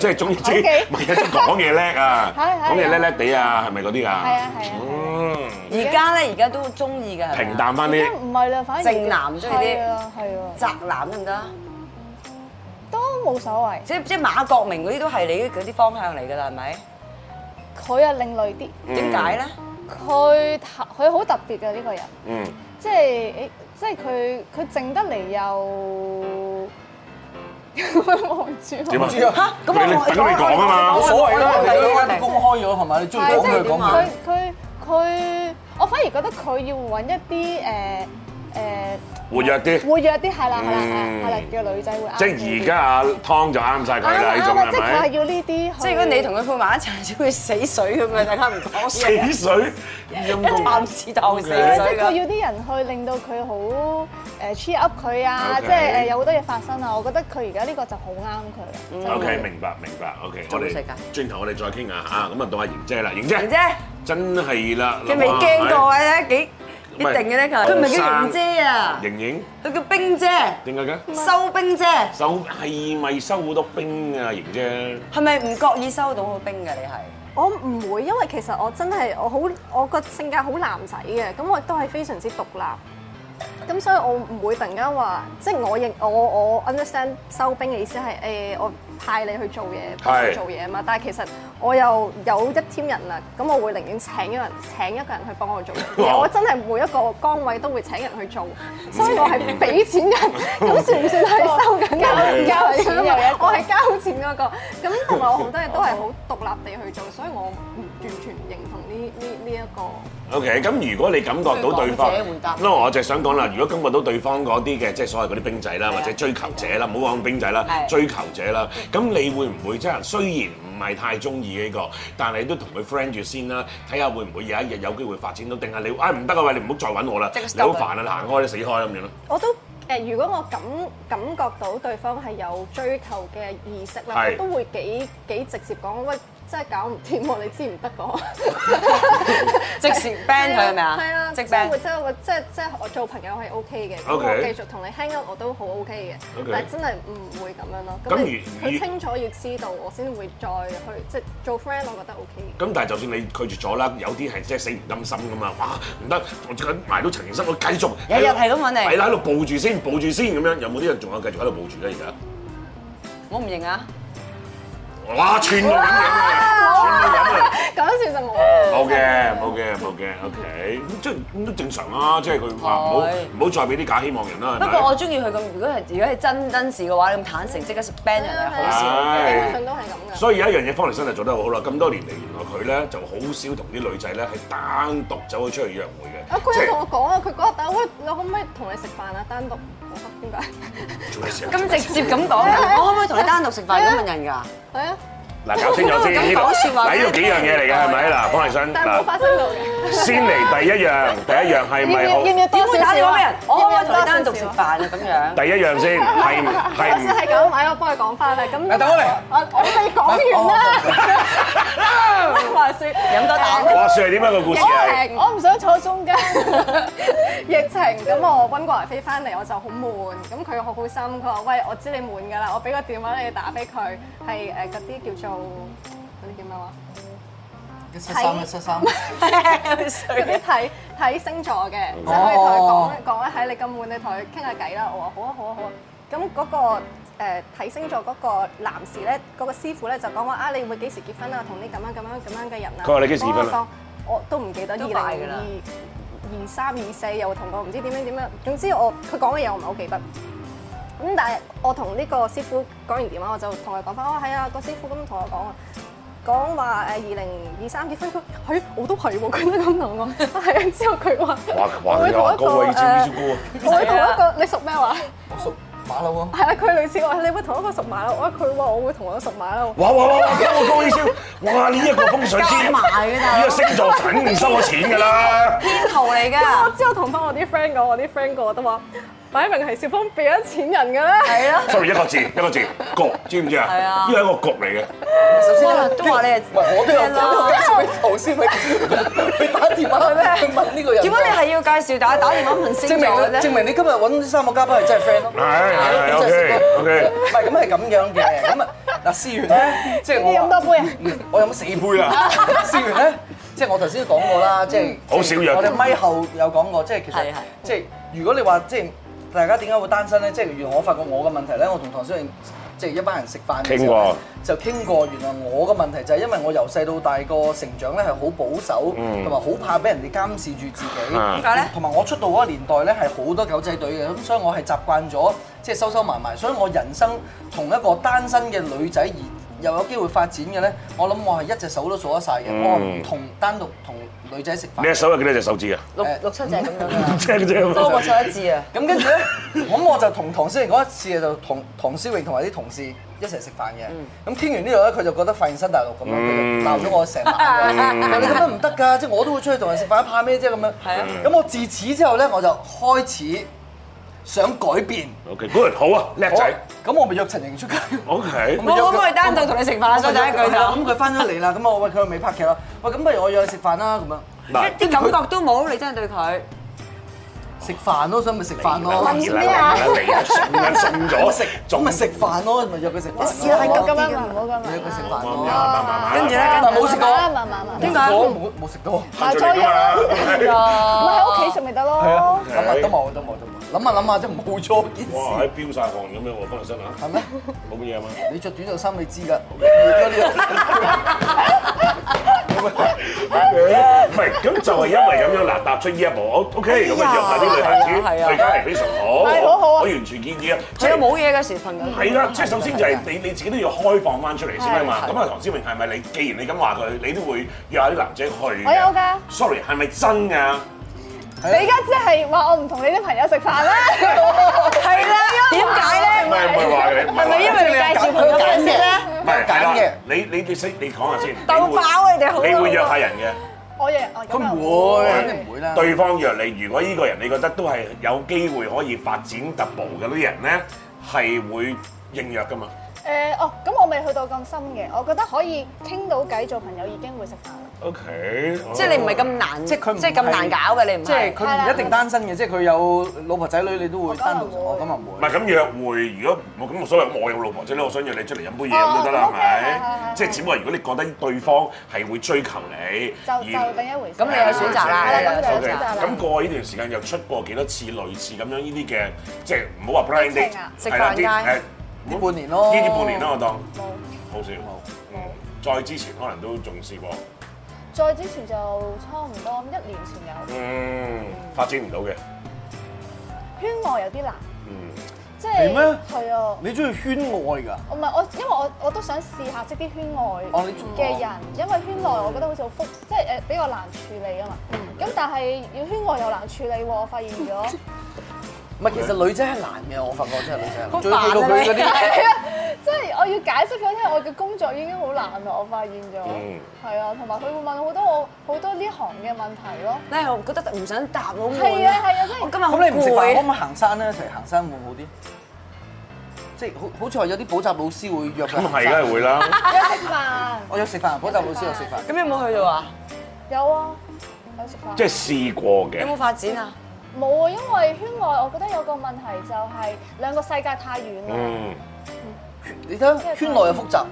[SPEAKER 2] 即係總之，
[SPEAKER 5] 口技
[SPEAKER 2] 唔係有啲講嘢叻啊，
[SPEAKER 5] 係係
[SPEAKER 2] 講嘢叻叻地啊，係咪嗰啲啊？
[SPEAKER 5] 係啊係啊
[SPEAKER 2] 嗯，
[SPEAKER 1] 而家咧而家都中意嘅，係咪
[SPEAKER 2] 平淡翻
[SPEAKER 5] 而
[SPEAKER 2] 啲
[SPEAKER 5] 家。唔係啦，反而
[SPEAKER 1] 正男中意啲
[SPEAKER 5] 係啊係啊，
[SPEAKER 1] 宅男得唔得啊？
[SPEAKER 5] 都冇所謂。
[SPEAKER 1] 即即馬國明嗰啲都係你嗰啲方向嚟㗎啦，係咪？
[SPEAKER 5] 佢啊另類啲，
[SPEAKER 2] 嗯
[SPEAKER 1] 點解咧？
[SPEAKER 5] 佢佢好特別嘅呢個人。
[SPEAKER 2] 嗯，
[SPEAKER 5] 即係誒，即係佢佢靜得嚟 又
[SPEAKER 2] 點啊
[SPEAKER 5] 望住我，
[SPEAKER 3] 知啊
[SPEAKER 1] 嚇！咁
[SPEAKER 2] 你
[SPEAKER 1] 我
[SPEAKER 2] 等你講啊嘛
[SPEAKER 1] 我
[SPEAKER 3] 冇
[SPEAKER 1] 我
[SPEAKER 3] 所謂啦，
[SPEAKER 1] 我
[SPEAKER 3] 你
[SPEAKER 1] 我
[SPEAKER 3] 兩個都公開咗係咪？你中意
[SPEAKER 5] 係
[SPEAKER 3] 講
[SPEAKER 1] 佢
[SPEAKER 5] 即係
[SPEAKER 3] 佢
[SPEAKER 1] 點
[SPEAKER 3] 講
[SPEAKER 1] 啊
[SPEAKER 3] 佢，
[SPEAKER 5] 佢佢佢，我反而覺得佢要揾一啲誒誒
[SPEAKER 2] 活躍啲。
[SPEAKER 5] 活躍啲係啦係啦
[SPEAKER 2] 嗯
[SPEAKER 5] 係啦嘅女仔會啱
[SPEAKER 2] 即
[SPEAKER 5] 佢啲
[SPEAKER 2] 係而家阿湯就啱晒佢
[SPEAKER 5] 啱
[SPEAKER 2] 啦，
[SPEAKER 5] 啊
[SPEAKER 2] 呢
[SPEAKER 5] 啱
[SPEAKER 2] 種
[SPEAKER 5] 啊，即
[SPEAKER 2] 係
[SPEAKER 5] 係佢係
[SPEAKER 2] 咪？
[SPEAKER 5] 要呢啲去，
[SPEAKER 1] 即係如果你同佢配埋一齊，就會死水咁樣， 大家唔講嘢，
[SPEAKER 2] 死水陰公
[SPEAKER 1] 暫時當死
[SPEAKER 5] 係啊即係
[SPEAKER 1] 水
[SPEAKER 5] 佢
[SPEAKER 1] 㗎。
[SPEAKER 5] 要啲人去令到佢好誒 cheer up 佢啊，
[SPEAKER 2] OK
[SPEAKER 5] 即係誒有好多嘢發生啊，我覺得佢而家呢個就好啱佢啦。
[SPEAKER 2] OK，明白明白。OK，我
[SPEAKER 1] 做
[SPEAKER 2] 哋
[SPEAKER 1] 食㗎
[SPEAKER 2] 轉頭我哋再傾下嚇，咁啊到阿瑩姐啦，瑩
[SPEAKER 1] 瑩
[SPEAKER 2] 姐
[SPEAKER 1] 姐，
[SPEAKER 2] 真係啦，
[SPEAKER 1] 佢未驚過嘅咧，幾
[SPEAKER 2] 唔
[SPEAKER 1] 必
[SPEAKER 2] 啊係
[SPEAKER 1] 定嘅咧佢。
[SPEAKER 2] 後
[SPEAKER 1] 佢
[SPEAKER 2] 生
[SPEAKER 1] 唔係叫瑩姐啊，
[SPEAKER 2] 瑩瑩
[SPEAKER 1] 佢叫冰姐，
[SPEAKER 2] 點解嘅？
[SPEAKER 4] 啊
[SPEAKER 1] 收冰姐，
[SPEAKER 2] 收係咪收好多冰啊？瑩姐，
[SPEAKER 1] 係咪唔覺意收到個冰㗎？你係？
[SPEAKER 4] 我唔會，因為其實我真係我好我個性格好男仔嘅，咁我亦都係非常之獨立。咁所以我唔會突然間話，即係我認我我 understand 收兵嘅意思係誒、我派你去做嘢，幫
[SPEAKER 2] 係
[SPEAKER 4] 你做嘢啊嘛。但係其實我又有一 team 人啦，咁我會寧願請一個人請一個人去幫我做嘢，
[SPEAKER 2] 哇
[SPEAKER 4] 而我真係每一個崗位都會請人去做，所以我係俾錢人，咁算唔算係收緊人
[SPEAKER 5] 交交錢又一個
[SPEAKER 4] 我係交錢嗰、個，咁同埋我好多嘢都係好獨立地去做，所以我唔完全唔認同呢呢呢一個。
[SPEAKER 2] OK，咁如果你感覺到對方
[SPEAKER 1] 佢講者回答，
[SPEAKER 2] 因為我就係想講啦，如果感覺到對方嗰啲嘅即係所謂嗰啲兵仔啦，或者追求者啦，唔好講兵仔啦，
[SPEAKER 1] 啊係
[SPEAKER 2] 追求者啦，咁你會唔會即係雖然唔係太中意呢個，但係都同佢 friend 住先啦，睇下會唔會有一日有機會發展到，定係你啊唔得啊喂，你唔好再揾我啦
[SPEAKER 1] 即刻，
[SPEAKER 2] 你好
[SPEAKER 1] stop 佢
[SPEAKER 2] 煩啊，你行開啦，死開啦咁樣咯。
[SPEAKER 4] 我都誒、如果我感感覺到對方係有追求嘅意識啦，
[SPEAKER 2] 係
[SPEAKER 4] 我都會幾幾直接講，喂，真係搞唔掂喎，你知唔得㗎？
[SPEAKER 1] 即時 ban 佢係咪啊
[SPEAKER 4] 啊係啊，
[SPEAKER 1] 即
[SPEAKER 4] 即
[SPEAKER 1] ban
[SPEAKER 4] 係會即係我即係即係我做朋友係 OK 嘅，咁
[SPEAKER 2] OK
[SPEAKER 4] 我繼續同你 hang out 我都好 OK 嘅
[SPEAKER 2] OK
[SPEAKER 4] 但係真係唔會咁樣咯。
[SPEAKER 2] 咁
[SPEAKER 4] 你
[SPEAKER 2] 如如
[SPEAKER 4] 佢清楚要知道，我先會再去即係做 friend，我覺得 OK 嘅。
[SPEAKER 2] 咁但係就算你拒絕咗啦，有啲係即係死唔甘心噶嘛，哇唔得，我最緊埋到陳年生，我繼續
[SPEAKER 1] 日日係咁揾
[SPEAKER 2] 係
[SPEAKER 1] 你，
[SPEAKER 2] 啦，喺度抱住先，抱住先咁樣，有冇啲人仲有繼續喺度抱住咧？而
[SPEAKER 1] 我唔認啊！
[SPEAKER 2] 家哇串到咁樣啊，串到咁啊！
[SPEAKER 4] 講笑就冇。
[SPEAKER 2] 冇嘅，冇嘅，冇嘅，OK，咁即係咁都正常啦，即係佢話唔好
[SPEAKER 1] 係
[SPEAKER 2] 唔好再俾啲假希望人啦，
[SPEAKER 1] 不
[SPEAKER 2] 係
[SPEAKER 1] 過
[SPEAKER 2] 咪？
[SPEAKER 1] 我中意佢咁，如果係如果係真真事嘅話，你咁坦誠即刻 ban 人係好事。
[SPEAKER 2] 係啊
[SPEAKER 4] 基本上都係咁嘅。
[SPEAKER 2] 所以有一樣嘢，方力申係做得好好啦。咁多年嚟，原來佢咧就好少同啲女仔咧係單獨走咗出去約
[SPEAKER 4] 啊
[SPEAKER 2] 會！嘅，
[SPEAKER 4] 佢有同
[SPEAKER 2] 係
[SPEAKER 4] 我講啊，佢嗰日打喂，我可唔可以同你食飯啊？單獨，我話點解？
[SPEAKER 2] 做咩事啊？
[SPEAKER 1] 咁直接咁講，
[SPEAKER 4] 啊
[SPEAKER 1] 我可唔可以同你單獨食飯咁問人㗎？
[SPEAKER 4] 係啊，
[SPEAKER 2] 嗱，搞清楚先，呢
[SPEAKER 1] 咁講説
[SPEAKER 2] 度
[SPEAKER 1] 話
[SPEAKER 2] 嗱呢度幾樣嘢嚟嘅係咪？嗱，方力申
[SPEAKER 4] 但係冇
[SPEAKER 2] 嗱，
[SPEAKER 4] 發生到嘅。
[SPEAKER 2] 先嚟第一樣，第一樣係咪好
[SPEAKER 5] 要？唔要多
[SPEAKER 1] 點會
[SPEAKER 5] 少
[SPEAKER 1] 打電
[SPEAKER 5] 少
[SPEAKER 1] 話俾
[SPEAKER 5] 啊
[SPEAKER 1] 人？我可唔可以同你單
[SPEAKER 5] 要唔要多少
[SPEAKER 1] 獨食飯啊？咁樣。
[SPEAKER 2] 第一樣先係唔係
[SPEAKER 4] 我
[SPEAKER 2] 唔
[SPEAKER 4] 先係咁，哎，我幫佢講翻啦。咁
[SPEAKER 3] 嗱等我嚟
[SPEAKER 4] 我我未講完啦。 話説
[SPEAKER 1] 飲多啖
[SPEAKER 2] 話説係點樣啊個故事係？
[SPEAKER 4] 疫情，
[SPEAKER 5] 我唔想坐中間，
[SPEAKER 4] 疫情咁我温過嚟飛翻嚟，我就好悶。咁佢好好心，佢話：喂，我知你悶㗎啦，我俾個電話你打俾佢，係誒嗰啲叫做嗰啲叫咩話？
[SPEAKER 3] 一七三一七三，
[SPEAKER 4] 嗰啲睇睇星座嘅，即係可以同佢講
[SPEAKER 3] 哦
[SPEAKER 4] 講咧，喺你咁悶，你同佢傾下偈啦。我話好啊，好啊，好啊。咁嗰、個呃睇、星座嗰個男士咧，嗰、個師傅咧就講話啊，你會幾時結婚啊？同啲咁樣咁樣咁樣嘅人啊。
[SPEAKER 2] 佢話你幾時結婚啊
[SPEAKER 4] 咁我講？我都唔記得二
[SPEAKER 1] 都
[SPEAKER 4] 零
[SPEAKER 1] 快㗎啦
[SPEAKER 4] 二二三二四又同我唔知點樣點樣，總之我佢講嘅嘢我唔係好記得。咁但係我同呢個師傅講完電話，我就同佢講翻，哦係啊，個師傅咁同我講啊。講話誒二零二三結婚，佢係我都係喎，佢都咁同我。係啊，之後佢話
[SPEAKER 2] 哇哇！
[SPEAKER 4] 我會
[SPEAKER 2] 又
[SPEAKER 4] 同
[SPEAKER 2] 話
[SPEAKER 4] 一
[SPEAKER 2] 高啊
[SPEAKER 4] 個
[SPEAKER 2] 位知唔知
[SPEAKER 4] 誒，
[SPEAKER 2] 高啊？
[SPEAKER 4] 我會同一個你屬咩話？
[SPEAKER 3] 我屬馬騮啊！
[SPEAKER 4] 係啦，佢類似話你會同一個熟馬騮，我佢話我會同我熟馬騮。
[SPEAKER 2] 哇哇哇哇！加我高起燒，哇！呢一個風水師，
[SPEAKER 1] 夾埋嘅大佬
[SPEAKER 2] 呢個星座肯定收我錢㗎啦。
[SPEAKER 1] 編號嚟
[SPEAKER 4] 我
[SPEAKER 1] 㗎，
[SPEAKER 4] 之後同翻我啲 friend 講，我啲 friend 個個都話擺明係小芳俾咗錢人㗎啦。
[SPEAKER 1] 係咯。
[SPEAKER 2] sorry 一個字一個字局，知唔知
[SPEAKER 1] 係
[SPEAKER 2] 啊？
[SPEAKER 1] 啊
[SPEAKER 2] 呢個係一個局嚟嘅。
[SPEAKER 3] 首先
[SPEAKER 1] 哇都話你係
[SPEAKER 3] 唔係我都有
[SPEAKER 1] 咩啦
[SPEAKER 3] 我都有介紹你頭先咪你打電話去問呢個人。
[SPEAKER 1] 點解你係要介紹打打電話問星座
[SPEAKER 3] 證明
[SPEAKER 1] 嘅
[SPEAKER 3] 你
[SPEAKER 1] 啫
[SPEAKER 3] 證？明你今日揾呢三個嘉賓係真係 friend 咯。
[SPEAKER 2] 係係係
[SPEAKER 3] 真係識
[SPEAKER 2] ，OK
[SPEAKER 3] 咯
[SPEAKER 2] OK。
[SPEAKER 3] 唔係咁係咁樣嘅，咁啊嗱試完咧，即係
[SPEAKER 5] 你
[SPEAKER 3] 我
[SPEAKER 5] 飲
[SPEAKER 3] 話
[SPEAKER 5] 多杯啊！
[SPEAKER 3] 嗯我飲咗四杯啦。試完咧，即係我頭先都講過啦，即係
[SPEAKER 2] 啊嗯好少約
[SPEAKER 3] 我哋咪後有講過，即係其
[SPEAKER 1] 係
[SPEAKER 3] 實
[SPEAKER 1] 係
[SPEAKER 3] 即係如果你話即係大家點解會單身咧？即係原來我發覺我嘅問題咧，我同唐小玲即係一班人食飯嘅時
[SPEAKER 2] 傾
[SPEAKER 3] 候
[SPEAKER 2] 過
[SPEAKER 3] 呢就傾過，原來我嘅問題就係因為我由細到大個成長咧係好保守，
[SPEAKER 2] 嗯
[SPEAKER 3] 同埋好怕俾人哋監視住自己。
[SPEAKER 2] 啊
[SPEAKER 1] 點解咧
[SPEAKER 3] 同埋我出道嗰個年代咧係好多狗仔隊嘅，咁所以我係習慣咗即係收收埋埋，所以我人生同一個單身嘅女仔而又有機會發展嘅咧，我諗我係一隻手都數得晒嘅。
[SPEAKER 2] 嗯
[SPEAKER 3] 我唔同單獨同女仔食
[SPEAKER 2] 你隻
[SPEAKER 3] 飯，
[SPEAKER 2] 手有幾多隻手指啊？
[SPEAKER 1] 六
[SPEAKER 3] 誒
[SPEAKER 1] 六七隻咁樣㗎，
[SPEAKER 2] 即係啫。
[SPEAKER 1] 多過上一次啊！
[SPEAKER 3] 咁跟住咧，咁我就同唐詩榮嗰一次就同唐詩榮同埋啲同事一齊食飯嘅。咁傾完呢度咧，佢就覺得發現新大陸咁樣，佢就鬧咗我成晚。佢話你咁樣唔得㗎，即係我都會出去同人食飯，怕咩啫咁樣。
[SPEAKER 1] 嗯係啊
[SPEAKER 3] 咁我自此之後咧，我就開始想改變。
[SPEAKER 2] OK good 好啊，叻
[SPEAKER 3] 好
[SPEAKER 2] 仔。
[SPEAKER 3] 咁我咪約陳 瑩出街。
[SPEAKER 2] OK
[SPEAKER 1] 我可唔可以單獨同你食飯啊？所以第一句
[SPEAKER 3] 係啦，咁
[SPEAKER 1] 就
[SPEAKER 3] 佢翻咗嚟啦，咁我喂佢未拍劇啦，喂咁不如我約你食飯啦，咁樣
[SPEAKER 2] 嗱，
[SPEAKER 1] 一啲感覺都冇，你真係對佢。
[SPEAKER 3] 食飯咯，所以咪食飯咯。
[SPEAKER 2] 嚟啦嚟啦嚟啦，送啦送
[SPEAKER 3] 我
[SPEAKER 2] 咗，
[SPEAKER 3] 食咁咪食飯咯，咪約佢食飯咯。
[SPEAKER 1] 試下係
[SPEAKER 5] 唔好
[SPEAKER 1] 咁
[SPEAKER 5] 咁
[SPEAKER 1] 啲
[SPEAKER 5] 樣
[SPEAKER 1] 㗎嘛
[SPEAKER 5] 唔好咁
[SPEAKER 3] 約佢食
[SPEAKER 5] 樣
[SPEAKER 3] 飯
[SPEAKER 2] 啱啱
[SPEAKER 3] 咯。
[SPEAKER 2] 啱啱
[SPEAKER 1] 跟住咧
[SPEAKER 5] 啊。
[SPEAKER 1] 跟
[SPEAKER 3] 但冇食過
[SPEAKER 5] 慢慢慢啊慢
[SPEAKER 1] 點解
[SPEAKER 3] 我冇冇食啊過，
[SPEAKER 5] 但係
[SPEAKER 2] 再
[SPEAKER 5] 再
[SPEAKER 2] 嚟㗎嘛
[SPEAKER 5] 約唔係喺屋企食咪得咯。
[SPEAKER 3] 諗下都冇都冇都冇，諗下諗下真係冇咗件
[SPEAKER 2] 哇！
[SPEAKER 3] 事，
[SPEAKER 2] 喺飆晒汗咁樣喎，今日身啊，
[SPEAKER 3] 係咩？
[SPEAKER 2] 冇乜嘢啊嘛。
[SPEAKER 3] 你着短袖衫你知 㗎，約咗呢
[SPEAKER 2] 唔係，咁就係因為咁樣嗱，踏出呢一步，我 OK 咁啊，約下啲女孩子，
[SPEAKER 1] 係啊係啊
[SPEAKER 2] 對家係非常好，
[SPEAKER 5] 係好好啊
[SPEAKER 2] 我完全建議啊，即
[SPEAKER 1] 佢
[SPEAKER 2] 係
[SPEAKER 1] 有。冇嘢嘅時朋友。
[SPEAKER 2] 係啦，即係首先就係你你自己都要開放翻出嚟先啊嘛。咁啊，唐詩明係咪你既然你咁話佢，你都會約下啲男仔去嘅？
[SPEAKER 5] 我有㗎
[SPEAKER 2] Sorry，係咪真㗎？
[SPEAKER 5] 你而家即係話我唔同你啲朋友食飯啦。
[SPEAKER 1] 係 啦，點解
[SPEAKER 2] 唔
[SPEAKER 1] 咧？
[SPEAKER 2] 係唔係話你，唔
[SPEAKER 1] 係咪因為你介紹朋友認識咧？
[SPEAKER 2] 唔係係啦
[SPEAKER 3] 揀嘅？
[SPEAKER 2] 你你你識你講下先。你
[SPEAKER 1] 鬥
[SPEAKER 2] 會
[SPEAKER 1] 爆啊你哋好啊
[SPEAKER 2] 你會約下人嘅？
[SPEAKER 5] 我約啊我
[SPEAKER 3] 啲，佢唔會，肯定唔會啦。
[SPEAKER 2] 對方約你，如果呢個人你覺得都係有機會可以發展特步嘅啲人咧，係會應約㗎嘛？
[SPEAKER 5] 誒哦，咁我未去到咁深嘅，我覺得可以傾到偈做朋友已經會食飯啦。
[SPEAKER 2] OK，
[SPEAKER 1] 即係你唔係咁
[SPEAKER 2] 哦
[SPEAKER 1] 難，即
[SPEAKER 3] 即係佢唔
[SPEAKER 1] 係咁難搞嘅，你唔
[SPEAKER 3] 即係
[SPEAKER 1] 係。
[SPEAKER 3] 佢唔一定單身嘅，即係佢有老婆仔女，你都會單獨。我
[SPEAKER 5] 我
[SPEAKER 3] 咁
[SPEAKER 5] 今日
[SPEAKER 3] 又
[SPEAKER 5] 唔
[SPEAKER 2] 唔
[SPEAKER 3] 唔會
[SPEAKER 2] 係。咁約會，如果冇咁冇所謂，我有老婆啫，我想約你出嚟飲杯嘢咁就得啦，
[SPEAKER 5] 哦
[SPEAKER 2] 係咪
[SPEAKER 5] 哦？
[SPEAKER 2] 即係只不過如果你覺得對方係會追求你，
[SPEAKER 5] 就就另一回事。
[SPEAKER 1] 咁你有選擇啦
[SPEAKER 5] 係啊
[SPEAKER 1] 你有選
[SPEAKER 2] OK，
[SPEAKER 1] 擇啦
[SPEAKER 2] 咁過去呢段時間又出過幾多次類似咁樣呢啲嘅，即係唔好話 blind
[SPEAKER 5] 疫
[SPEAKER 2] date，
[SPEAKER 5] 情啊
[SPEAKER 1] 食
[SPEAKER 2] 係啦
[SPEAKER 1] 飯街
[SPEAKER 2] 啲誒
[SPEAKER 3] 呢半年咯
[SPEAKER 2] 呢啲半年咯，我當
[SPEAKER 5] 冇。
[SPEAKER 2] 好少。嗯，再之前可能都仲試過，
[SPEAKER 5] 再之前就差唔多一年前有
[SPEAKER 2] 嗯，發展唔到嘅，
[SPEAKER 5] 圈外有啲難，
[SPEAKER 2] 嗯，
[SPEAKER 5] 即係
[SPEAKER 3] 係咩
[SPEAKER 5] 係啊，
[SPEAKER 3] 你中意圈外㗎？
[SPEAKER 5] 我唔係我，因為我我都想試下識啲圈外
[SPEAKER 3] 哦你中意
[SPEAKER 5] 嘅人，因為圈內我覺得好似好複，即係呃誒比較難處理啊嘛。咁但係要圈外又難處理喎，我發現咗。
[SPEAKER 3] 唔係，其實女仔係難嘅，我發覺真係女仔係難。最
[SPEAKER 1] 好煩啊
[SPEAKER 3] 到佢嗰啲，
[SPEAKER 5] 即係我要解釋俾佢聽，我嘅工作已經好難啦，我發現咗。
[SPEAKER 2] 嗯
[SPEAKER 5] 係啊，同埋佢會問好多我好多呢行嘅問題咯。
[SPEAKER 1] 咧，我覺得唔想答，好悶。
[SPEAKER 5] 係啊係啊，即
[SPEAKER 1] 我
[SPEAKER 5] 係
[SPEAKER 1] 今日好
[SPEAKER 3] 咁你唔食飯
[SPEAKER 1] 攰
[SPEAKER 3] 可唔。可以行山咧？一齊行山會唔會好啲？即係好好似話有啲補習老師會約佢
[SPEAKER 2] 咁係
[SPEAKER 3] 行
[SPEAKER 2] 梗
[SPEAKER 3] 山
[SPEAKER 2] 係。會啦。
[SPEAKER 5] 有食飯，
[SPEAKER 3] 我有食飯，補習老師有食飯。
[SPEAKER 1] 咁有冇去到啊？
[SPEAKER 5] 有啊，有食飯。
[SPEAKER 2] 即係試過
[SPEAKER 1] 有
[SPEAKER 2] 嘅，
[SPEAKER 1] 冇發展啊？
[SPEAKER 5] 冇啊，因為圈外我覺得有個問題就係兩個世界太遠啦，
[SPEAKER 2] 嗯，
[SPEAKER 3] 你睇圈內又複雜，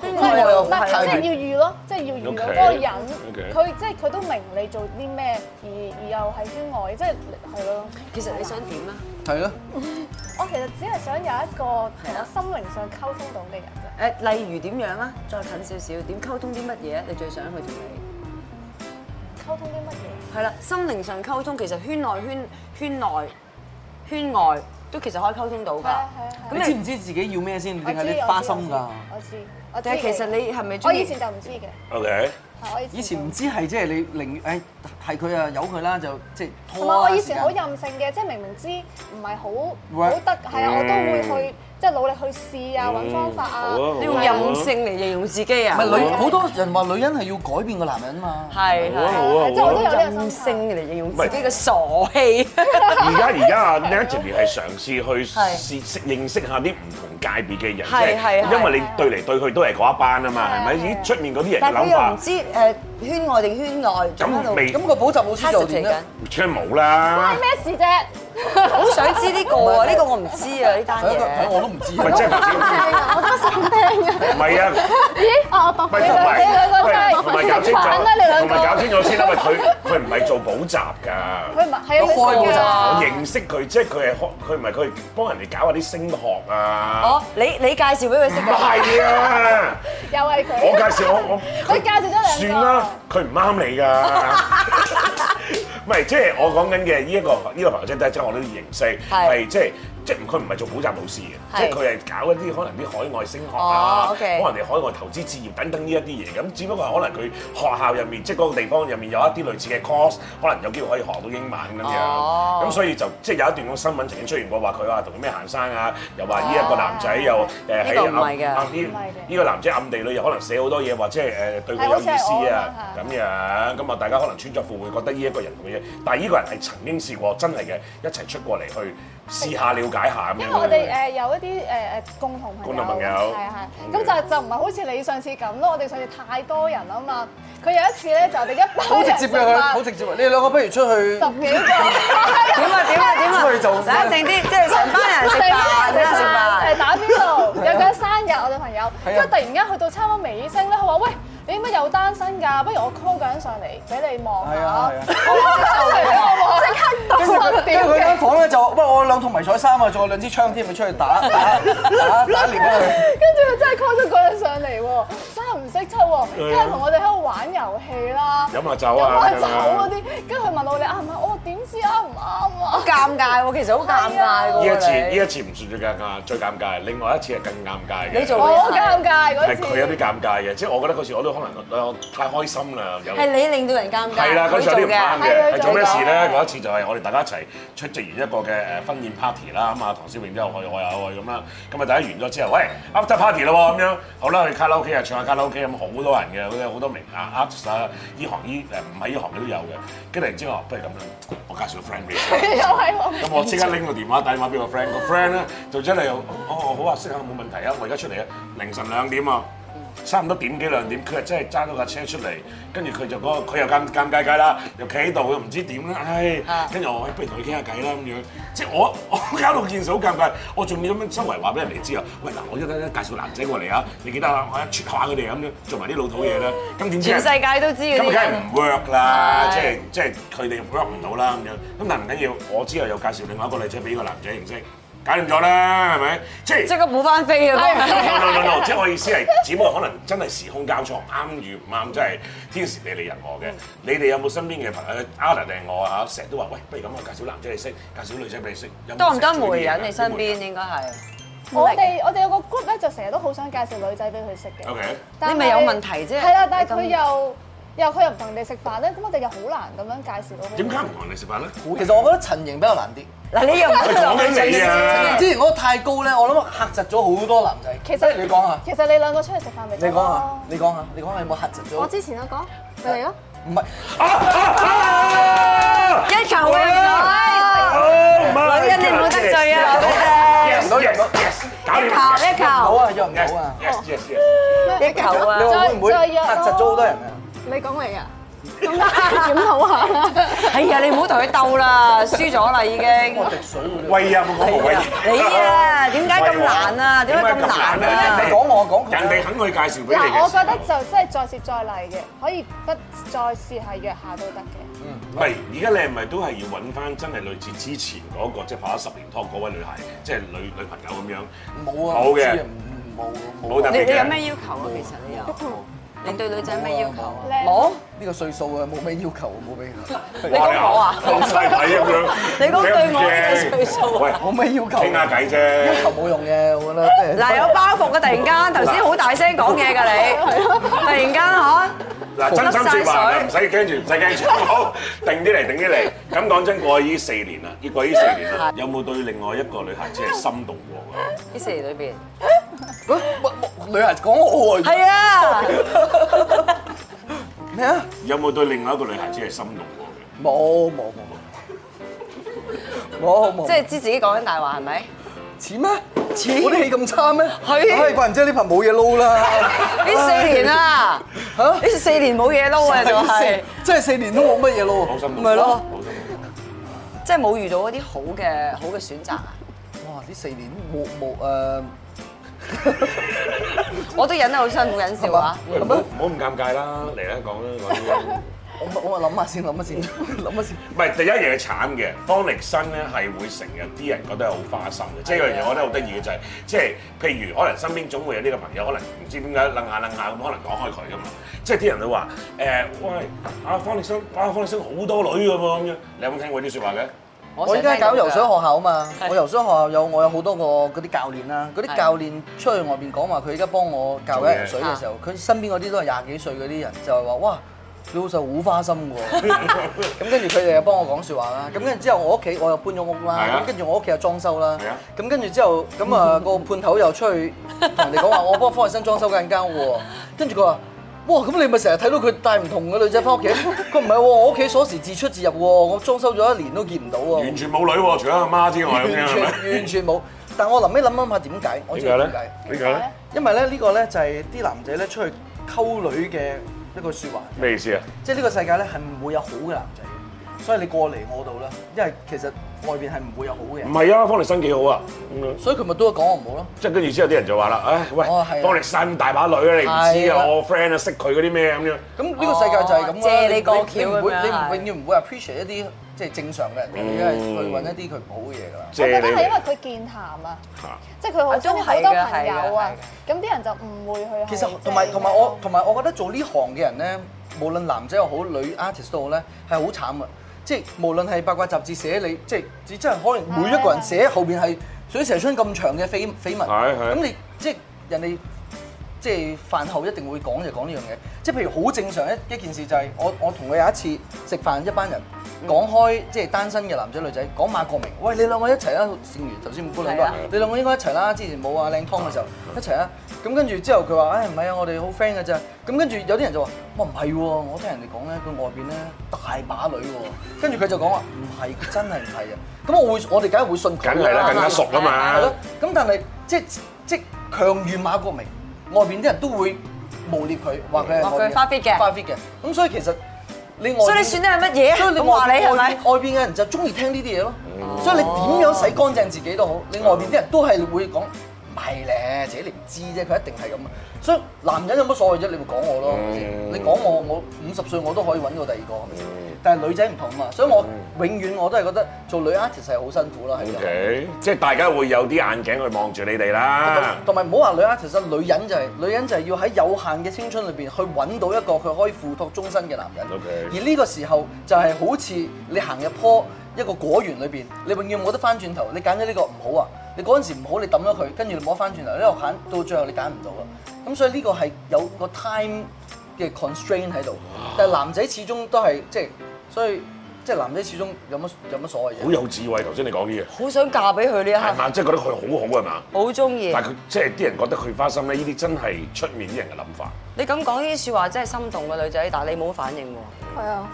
[SPEAKER 3] 圈外又
[SPEAKER 5] 唔
[SPEAKER 3] 太
[SPEAKER 5] 係即係
[SPEAKER 3] 遠。
[SPEAKER 5] 要遇咯，即係要遇到嗰個人
[SPEAKER 2] OK，OK，
[SPEAKER 5] 佢即係佢都明你做啲咩，而而又係圈外，即係係咯。
[SPEAKER 1] 其實你想點啊？
[SPEAKER 3] 係咯，
[SPEAKER 5] 我其實只係想有一個同我心靈上溝通到嘅人啫。
[SPEAKER 1] 誒，例如點樣啊？再近少少，點溝通啲乜嘢？啊你最想去同你？
[SPEAKER 5] 溝通啲乜嘢？
[SPEAKER 1] 係啦，心靈上溝通，其實圈內圈圈內圈外都其實可以溝通到
[SPEAKER 5] 係
[SPEAKER 1] 㗎
[SPEAKER 5] 啊係啊。係
[SPEAKER 3] 你
[SPEAKER 5] 啊
[SPEAKER 3] 知唔知自己要咩先？定係
[SPEAKER 5] 我知
[SPEAKER 3] 你花心㗎？
[SPEAKER 5] 我知，我知
[SPEAKER 1] 但係其實
[SPEAKER 5] 嘅
[SPEAKER 1] 你係咪
[SPEAKER 5] 我
[SPEAKER 1] 中
[SPEAKER 5] 以
[SPEAKER 1] 意
[SPEAKER 5] 前就唔知嘅，
[SPEAKER 2] OK，
[SPEAKER 5] 係我
[SPEAKER 3] 以前
[SPEAKER 5] 以前
[SPEAKER 3] 唔
[SPEAKER 5] 就。
[SPEAKER 3] 知係即係你寧誒係佢啊，由佢啦，就即係
[SPEAKER 5] 同埋我
[SPEAKER 3] 拖啦啊
[SPEAKER 5] 以
[SPEAKER 3] 時
[SPEAKER 5] 前
[SPEAKER 3] 間
[SPEAKER 5] 好任性嘅，即係明明知唔係好
[SPEAKER 3] Work
[SPEAKER 5] 好得，係啊，我都會去即係努力去試啊，揾方法啊。
[SPEAKER 2] 嗯好啊
[SPEAKER 1] 你用任性嚟形容自己啊？
[SPEAKER 3] 唔係女好多人話女人係要改變個男人嘛。
[SPEAKER 1] 係
[SPEAKER 2] 好啊好
[SPEAKER 1] 係
[SPEAKER 2] 啊
[SPEAKER 5] 即係我都有呢個
[SPEAKER 1] 任
[SPEAKER 5] 心態。
[SPEAKER 1] 性嚟形容自己嘅傻氣。
[SPEAKER 2] 而 家而家啊 Natalie 係嘗試去
[SPEAKER 1] 係
[SPEAKER 2] 試識認識下啲唔同界別嘅人，
[SPEAKER 1] 係
[SPEAKER 2] 即
[SPEAKER 1] 係係
[SPEAKER 2] 因為你對嚟對去都係嗰一班啊嘛，係咪？
[SPEAKER 5] 係係
[SPEAKER 2] 咦，出面嗰啲人嘅
[SPEAKER 1] 但係佢
[SPEAKER 2] 諗
[SPEAKER 1] 又唔
[SPEAKER 2] 法，
[SPEAKER 1] 知誒圈外定圈外，仲喺
[SPEAKER 2] 咁
[SPEAKER 1] 度
[SPEAKER 2] 未
[SPEAKER 3] 咁個補習老師又
[SPEAKER 1] test
[SPEAKER 3] 點
[SPEAKER 1] 緊
[SPEAKER 3] 咧？。
[SPEAKER 2] 梗係冇啦
[SPEAKER 5] 關。咩事啫？
[SPEAKER 1] 好想知呢個啊！呢個我唔知啊，呢單
[SPEAKER 3] 係一個係
[SPEAKER 1] 嘢。
[SPEAKER 3] 我都唔知
[SPEAKER 2] 咪即係頭先，
[SPEAKER 5] 我都想聽啊！
[SPEAKER 2] 唔係啊，
[SPEAKER 5] 咦？哦，我博
[SPEAKER 2] 咪
[SPEAKER 5] 你
[SPEAKER 2] 同
[SPEAKER 5] 兩
[SPEAKER 2] 埋
[SPEAKER 5] 你兩個真
[SPEAKER 2] 同埋搞
[SPEAKER 5] 係食
[SPEAKER 2] 清
[SPEAKER 5] 飯啦！
[SPEAKER 2] 楚，
[SPEAKER 5] 你兩
[SPEAKER 2] 同埋
[SPEAKER 5] 個
[SPEAKER 2] 搞清楚先啦，因為佢佢唔係做補習㗎。
[SPEAKER 5] 佢唔係係啊，佢
[SPEAKER 3] 開
[SPEAKER 5] 做
[SPEAKER 3] 補習
[SPEAKER 5] 㗎
[SPEAKER 2] 我認識佢，即係佢係開，佢唔係佢係幫人哋搞下啲升學啊。
[SPEAKER 1] 哦，你你介紹俾佢識
[SPEAKER 2] 唔係啊，
[SPEAKER 5] 又係
[SPEAKER 2] 我介
[SPEAKER 5] 佢。
[SPEAKER 2] 紹我我
[SPEAKER 5] 佢介紹咗
[SPEAKER 2] 算
[SPEAKER 5] 兩個
[SPEAKER 2] 啦，佢唔啱你㗎。 唔係，即係我講緊嘅呢一個呢個朋友仔，即係我都認識，
[SPEAKER 1] 係
[SPEAKER 2] 係即係即係佢唔係做補習老師嘅，
[SPEAKER 1] 係
[SPEAKER 2] 即係佢係搞一啲可能啲海外升學
[SPEAKER 1] 哦
[SPEAKER 2] 啊，
[SPEAKER 1] ，OK
[SPEAKER 2] 幫人哋海外投資置業等等呢一啲嘢。咁只不過係可能佢學校入面，即係嗰個地方入面有一啲類似嘅 course，可能有機會可以學到英文咁
[SPEAKER 1] 哦
[SPEAKER 2] 樣。咁所以就即係有一段咁新聞曾經出現過，話佢話同咩行山啊，又話呢一個男仔又誒
[SPEAKER 1] 呢個唔係㗎
[SPEAKER 2] 暗暗呢
[SPEAKER 5] 唔係嘅
[SPEAKER 2] 呢個男仔暗地裏又可能寫好多嘢，或者係誒對佢有意
[SPEAKER 5] 係好似係我
[SPEAKER 2] 思
[SPEAKER 5] 咁
[SPEAKER 2] 啊
[SPEAKER 5] 啊係
[SPEAKER 2] 咁樣，咁啊大家可能穿着褲會覺得呢一個人咁嘅嘢，但係呢個人係曾經試過真係嘅，一齊出過嚟去試下了解下咁樣。
[SPEAKER 5] 因為我哋誒有一啲誒誒共同朋友，
[SPEAKER 2] 共同朋友
[SPEAKER 3] 嗯
[SPEAKER 5] 係係，咁就就唔係好似你上次咁咯。我哋上次太多人啊嘛，佢有一次咧就我哋一
[SPEAKER 3] 好
[SPEAKER 5] 班人
[SPEAKER 3] 直接嘅佢，好直接啊。你哋兩個不如出去，
[SPEAKER 5] 十幾 個，
[SPEAKER 1] 點啊點啊點 啊！
[SPEAKER 3] 出去做
[SPEAKER 1] 冷靜啲，即係成班人食飯，真係食 飯。
[SPEAKER 5] 誒打邊爐，
[SPEAKER 3] 啊
[SPEAKER 5] 有個生日我哋朋友，跟住突然間去到差唔多尾聲咧，佢話喂。你點解又單身㗎？不如我 call 個人上嚟俾你望下。
[SPEAKER 3] 係啊係啊
[SPEAKER 5] 我即刻
[SPEAKER 3] 跟住
[SPEAKER 5] 到，
[SPEAKER 3] 佢
[SPEAKER 5] 即
[SPEAKER 3] 跟
[SPEAKER 5] 刻
[SPEAKER 3] 住佢間房咧就，喂我有兩套迷彩衫啊，仲有兩支槍添，咪出去 打打打打獵啊佢。
[SPEAKER 5] 跟住佢真係 call 咗嗰人上嚟喎，真係唔識出喎，跟住同我哋喺度玩遊戲啦，
[SPEAKER 2] 啊飲下酒啊
[SPEAKER 5] 飲下酒嗰啲，跟住佢問我你啱唔啱，我話點知啱唔啱啊
[SPEAKER 1] 好？尷尬喎，其實好尷尬
[SPEAKER 2] 呢
[SPEAKER 1] 喎。
[SPEAKER 2] 一次
[SPEAKER 1] 你
[SPEAKER 2] 呢一次唔算最尷尬，最尷尬，另外一次係更尷尬嘅。
[SPEAKER 1] 你做
[SPEAKER 5] 我好尷尬嗰
[SPEAKER 2] 係
[SPEAKER 5] 次，
[SPEAKER 2] 佢有啲尷尬嘅，即係我覺得嗰時我都可能我太開心啦，有。
[SPEAKER 1] 係你令到人尷尬，
[SPEAKER 2] 係啦，嗰
[SPEAKER 1] 佢
[SPEAKER 2] 次有
[SPEAKER 1] 做
[SPEAKER 2] 啲唔啱
[SPEAKER 1] 嘅。
[SPEAKER 2] 嘅，
[SPEAKER 5] 係佢
[SPEAKER 2] 係做咩事咧？
[SPEAKER 5] 做嘅
[SPEAKER 2] 嗰一次就係我哋大家一齊出席完一個嘅誒婚宴 party 啦，咁啊唐小榮之後我又我又我又咁啦，咁啊大家完咗之後，喂 after party 啦喎咁樣，好啦去卡拉 OK 啊，唱下卡拉 OK 咁好多人嘅，佢有好多名啊 artist 啊，依行依誒唔係依行嘅都有嘅，跟住然之後不如咁樣，我介紹個 friend 俾你。
[SPEAKER 5] 又係我。
[SPEAKER 2] 咁我即刻拎個電話打電話俾個 friend，個 friend 咧就真係又哦好啊，識下冇問題啊，我而家出嚟啊，凌晨兩點啊，差唔多點幾兩點，佢係啊真係揸到架車出嚟，跟住佢就嗰個佢又尷尷尬尬啦，又企喺度又唔知點啦，唉
[SPEAKER 1] 啊，
[SPEAKER 2] 跟住我話喂不如同佢傾下偈啦咁樣，即係我 我搞到件事好尷尬，我仲要咁樣周圍話俾人哋知啊，喂嗱我一陣咧介紹男仔過嚟啊，你記得啊，我一撮下佢哋咁樣做埋啲老土嘢啦，咁點知
[SPEAKER 1] 全
[SPEAKER 2] 啊人
[SPEAKER 1] 世界都知嗰
[SPEAKER 2] 咁
[SPEAKER 1] 啲
[SPEAKER 2] 梗係
[SPEAKER 1] 人
[SPEAKER 2] 唔 work 啦，
[SPEAKER 1] 係
[SPEAKER 2] 即係即係佢哋 work 唔到啦咁樣。咁但係唔緊要，我之後又介紹另外一個女仔俾個男仔認識，搞掂咗啦，係咪？即係
[SPEAKER 1] 即刻補翻飛啊！
[SPEAKER 5] 係
[SPEAKER 2] no no no no，即係我意思係，只不過可能真係時空交錯，啱與唔啱，真係天時地利人和嘅。你哋有冇身邊嘅朋友，Ada 定我啊？成日都話喂，不如咁我介紹男仔你識，介紹女仔俾你識，有冇
[SPEAKER 1] 多唔多
[SPEAKER 2] 成日做呢啲
[SPEAKER 1] 媒
[SPEAKER 2] 嘢㗎
[SPEAKER 1] 人？你身邊應該係
[SPEAKER 5] 我哋我哋有個 group 咧，就成日都好想介紹女仔俾佢識嘅。
[SPEAKER 2] ？OK，
[SPEAKER 5] 但係
[SPEAKER 1] 你咪有問題啫
[SPEAKER 5] 係啦，但係
[SPEAKER 1] 你咁
[SPEAKER 5] 佢又又佢又唔同人哋食飯咧，咁我哋又好難咁樣介紹到佢。
[SPEAKER 2] 點解唔同人哋食飯咧？
[SPEAKER 3] 其實我覺得陳瑩比較難啲。
[SPEAKER 1] 嗱，你又唔
[SPEAKER 2] 佢講緊你啊！
[SPEAKER 3] 之前嗰個太高咧，我諗嚇窒咗好多男仔。
[SPEAKER 5] 其實
[SPEAKER 3] 不如你講下，
[SPEAKER 5] 其實你兩個出去食飯咪
[SPEAKER 3] 你
[SPEAKER 5] 得
[SPEAKER 3] 講啊下
[SPEAKER 5] 咯，。
[SPEAKER 3] 你講下，你講下有冇嚇窒咗？
[SPEAKER 4] 我之前都講，你嚟咯，
[SPEAKER 3] 唔係，
[SPEAKER 2] 啊啊啊
[SPEAKER 1] 一球啊！
[SPEAKER 2] Oh my
[SPEAKER 1] 女人你唔好得罪啊我覺得
[SPEAKER 2] Yes，唔到贏到，yes，搞掂
[SPEAKER 1] 一球一球
[SPEAKER 3] 好啊，約唔到
[SPEAKER 2] Yes，
[SPEAKER 3] 啊。
[SPEAKER 2] yes yes yes。
[SPEAKER 1] 一球
[SPEAKER 3] 你
[SPEAKER 1] 啊！
[SPEAKER 3] 話會唔會
[SPEAKER 5] 再再約咯
[SPEAKER 3] 嚇窒咗好多人啊？
[SPEAKER 4] 你講嚟啊，咁檢討下啦。
[SPEAKER 1] 哎呀，你唔好同佢鬥啦，輸咗啦已經。
[SPEAKER 3] 滴水喎。
[SPEAKER 2] 喂啊，冇講無謂啊
[SPEAKER 1] 你啊點解咁難啊點解咁難啊
[SPEAKER 2] 點解咁難
[SPEAKER 3] 你講我講佢啊
[SPEAKER 2] 人哋肯去介紹俾你
[SPEAKER 5] 嗱，
[SPEAKER 2] 嘅。
[SPEAKER 5] 我覺得就真係再接再厲嘅，可以不再試下約下都得嘅。
[SPEAKER 2] 唔係，而家你係咪都係要揾翻真係類似之前嗰個即係拍咗十年拖嗰位女孩，即係女女朋友咁樣？
[SPEAKER 3] 冇啊，
[SPEAKER 2] 冇嘅
[SPEAKER 3] 唔知啊，唔冇
[SPEAKER 2] 冇特
[SPEAKER 1] 你
[SPEAKER 2] 別
[SPEAKER 1] 你有
[SPEAKER 2] 嘅。
[SPEAKER 1] 咩要求啊？其實你有
[SPEAKER 6] 你對女仔咩要求？
[SPEAKER 5] 靚
[SPEAKER 1] 冇，
[SPEAKER 3] 呢個歲數啊，冇咩要求，冇 咩
[SPEAKER 1] 你講我啊？
[SPEAKER 2] 好細睇咁樣，
[SPEAKER 1] 你講對我呢個歲數
[SPEAKER 2] 喂，
[SPEAKER 3] 冇咩要求。
[SPEAKER 2] 傾下偈
[SPEAKER 3] 要
[SPEAKER 2] 啫。
[SPEAKER 3] 求冇用嘅，我覺得即係。
[SPEAKER 1] 嗱，有包袱嘅，突然間頭先好大聲講嘢㗎你，突然間嚇，
[SPEAKER 2] 嗱，真心説話唔使驚住，唔使驚 住，好定啲嚟，定啲嚟。咁講真，過去呢四年啦，呢過去呢四年啦，有冇對另外一個女孩子係心動過啊㗎？
[SPEAKER 1] 呢四年裏邊，
[SPEAKER 3] 女孩講我愛
[SPEAKER 1] 係啊，
[SPEAKER 3] 咩啊？
[SPEAKER 2] 有冇對另外一個女孩子係心動過嘅？
[SPEAKER 3] 冇冇冇冇冇
[SPEAKER 1] 即係知自己講緊大話係咪？
[SPEAKER 3] 似咩？似我啲戲咁差咩？
[SPEAKER 1] 係
[SPEAKER 3] 唉怪唔知呢排冇嘢撈啦。
[SPEAKER 1] 呢四年啊，
[SPEAKER 3] 嚇
[SPEAKER 1] 呢四年冇嘢撈 啊，就係
[SPEAKER 3] 即係四年都冇乜嘢撈。
[SPEAKER 2] 好心動，
[SPEAKER 1] 咪咯
[SPEAKER 2] 好心動。
[SPEAKER 1] 即係冇遇到一啲好嘅好嘅選擇啊！
[SPEAKER 3] 哇！呢四年冇冇誒
[SPEAKER 1] 我都忍得好辛苦忍笑啊！
[SPEAKER 2] 喂，唔好唔好咁尷尬啦，嚟啦，講啦，講啲。
[SPEAKER 3] 我咪我咪諗下先，諗下先，諗下先。
[SPEAKER 2] 唔係第一樣嘢慘嘅，方力申咧係會成日啲人覺得係好花心嘅，即係有樣嘢我覺得好得意嘅就係、即係譬如可能身邊總會有呢個朋友，可能唔知點解楞下楞下咁，可能講開佢噶嘛，即係啲人會話誒、喂，阿方力申，啊方力申好多女㗎喎咁樣，你有冇聽過啲説話嘅？
[SPEAKER 3] 我依家搞游水學校啊嘛，
[SPEAKER 1] 係
[SPEAKER 3] 我游水學校有我有好多個嗰啲教練啦，嗰啲教練出去外邊講話，佢而家幫我教緊游水嘅時候，佢身邊嗰啲都係廿幾歲嗰啲人，就係話哇。你老細好花心 喎，咁跟住佢哋又幫我講説話啦，咁跟住之後我屋企我又搬咗屋
[SPEAKER 2] 係
[SPEAKER 3] 啦
[SPEAKER 2] 啊，
[SPEAKER 3] 咁跟住我屋企又裝修啦
[SPEAKER 2] 係啊，
[SPEAKER 3] 咁跟住之後咁 啊個判頭又出去同人哋講話，我幫方力申裝修間間喎，跟住佢話。哇！咁你咪成日睇到佢帶唔同嘅女仔翻屋企？佢唔係喎，我屋企鎖匙自出自入喎，我裝修咗一年都見唔到喎。
[SPEAKER 2] 完全冇女喎，除咗阿媽之外咁樣
[SPEAKER 3] 完
[SPEAKER 2] 係
[SPEAKER 3] 全
[SPEAKER 2] 咪？
[SPEAKER 3] 完全冇。但我臨尾諗諗下點 解，我知道點解。
[SPEAKER 2] 點解咧？
[SPEAKER 3] 因為咧呢個咧就係啲男仔咧出去溝女嘅一句説話，
[SPEAKER 2] 咩意思啊？
[SPEAKER 3] 即係呢個世界咧係唔會有好嘅男仔嘅，所以你過嚟我度啦，因為其實外邊係唔會有好嘅
[SPEAKER 2] 唔
[SPEAKER 1] 嗯
[SPEAKER 2] 係
[SPEAKER 3] 人，
[SPEAKER 2] 啊，方力申幾好啊！咁樣
[SPEAKER 3] 所以佢咪都講我唔好咯。
[SPEAKER 2] 即係跟住之後啲人就話啦，唉喂
[SPEAKER 3] 哦係啊，
[SPEAKER 2] 方力申大把女啊，你唔知
[SPEAKER 3] 係
[SPEAKER 2] 啊，
[SPEAKER 3] 啊
[SPEAKER 2] 我 friend 啊識佢嗰啲咩咁樣。
[SPEAKER 3] 咁呢個世界就係咁啦，
[SPEAKER 1] 哦借你過橋
[SPEAKER 3] 唔會
[SPEAKER 1] 咁樣嗯係
[SPEAKER 3] 你唔永遠唔會 appreciate 一啲即係正常嘅人嘅，你梗係去揾一啲佢唔好嘅嘢㗎啦。
[SPEAKER 5] 我覺
[SPEAKER 2] 借
[SPEAKER 5] 得
[SPEAKER 2] 你
[SPEAKER 5] 係因為
[SPEAKER 2] 嚟
[SPEAKER 5] 佢健談啊，
[SPEAKER 2] 嚇
[SPEAKER 5] 即係佢好
[SPEAKER 1] 啊都
[SPEAKER 5] 中
[SPEAKER 1] 係
[SPEAKER 5] 好多
[SPEAKER 1] 嘅
[SPEAKER 5] 朋友啊，咁啲人就誤會佢係
[SPEAKER 3] 其實
[SPEAKER 5] 即係
[SPEAKER 3] 同埋同埋我同埋我覺得做呢行嘅人咧，無論男仔又好，女 artist 都好咧，係好慘嘅。啊即係無論係八卦雜誌寫你，即係只真係可能每一個人寫後邊係水蛇春咁長嘅緋緋聞，
[SPEAKER 2] 係係
[SPEAKER 3] 咁你即係人哋。即係飯後一定會講就講呢樣嘢，即係譬如好正常一一件事就係我我同佢有一次食飯一班人
[SPEAKER 1] 嗯
[SPEAKER 3] 講開即係單身嘅男仔女仔講馬國明，喂你兩個一齊啦，正如頭先五姑娘都話
[SPEAKER 1] 係啊嗯
[SPEAKER 3] 你兩個應該一齊啦，之前冇啊靚湯嘅時候一齊啦。咁跟住之後佢話：，唉唔係啊，我哋好 friend 嘅咋。咁跟住有啲人就話：，哇唔係喎，我聽人哋講咧，佢外邊咧大把女喎。跟住佢就講話：唔係，真係唔係啊。咁我會，我哋梗係會信佢
[SPEAKER 2] 梗係啦，更加熟啊
[SPEAKER 3] 係咯
[SPEAKER 2] 嘛。，
[SPEAKER 3] 咁但係即即強如馬國明，外邊啲人都會污蔑佢，話佢係
[SPEAKER 1] 嗯話佢
[SPEAKER 3] 外邊
[SPEAKER 1] 花 fit 嘅
[SPEAKER 3] 花 fit 嘅。咁所以其實你外邊，
[SPEAKER 1] 所以你選得係乜嘢啊
[SPEAKER 3] 所以你
[SPEAKER 1] 咁話你係咪
[SPEAKER 3] 外邊外邊嘅人就中意聽呢啲嘢咯。所以你點樣洗乾淨自己都好，你外邊啲人都係會講。唔係咧，自己你唔知啫，佢一定係咁啊！所以男人有乜所謂啫？你咪講我咯，係咪先
[SPEAKER 2] 嗯
[SPEAKER 3] 你講我，我五十歲我都可以揾到第二個，係咪先？但係女仔唔同啊嘛，所以我永遠我都係覺得做女 artist 係好辛苦啦，係
[SPEAKER 2] O
[SPEAKER 3] 咁。
[SPEAKER 2] K，即係大家會有啲眼鏡去望住你哋
[SPEAKER 3] 啊
[SPEAKER 2] 啦。
[SPEAKER 3] 同埋唔好話女 artist 啦女人就係、女人就係要喺有限嘅青春裏邊去揾到一個佢可以付託終身嘅男人。
[SPEAKER 2] OK
[SPEAKER 3] 而呢個時候就係好似你行入棵一個果園裏邊，你永遠冇得翻轉頭。你揀咗呢個唔好啊，你嗰陣時唔好，你抌咗佢，跟住你冇得翻轉頭，呢個揀到最後你揀唔到啊。咁所以呢個係有個 time 嘅 constraint 喺度，但係男仔始終都係即係，所以即係男仔始終有乜有乜所謂啊
[SPEAKER 2] 好
[SPEAKER 3] 嘅。
[SPEAKER 2] 有智慧，頭先你講啲嘢
[SPEAKER 1] 好想嫁俾佢呢一
[SPEAKER 2] 係
[SPEAKER 1] 刻，
[SPEAKER 2] 嘛？即係覺得佢好好係嘛？
[SPEAKER 1] 好中意
[SPEAKER 2] 但。係佢即係啲人覺得佢花心咧，呢啲真係出面啲人嘅諗法。
[SPEAKER 1] 你咁講呢啲説話真係心動嘅女仔，但係你冇反應喎。
[SPEAKER 4] 係啊，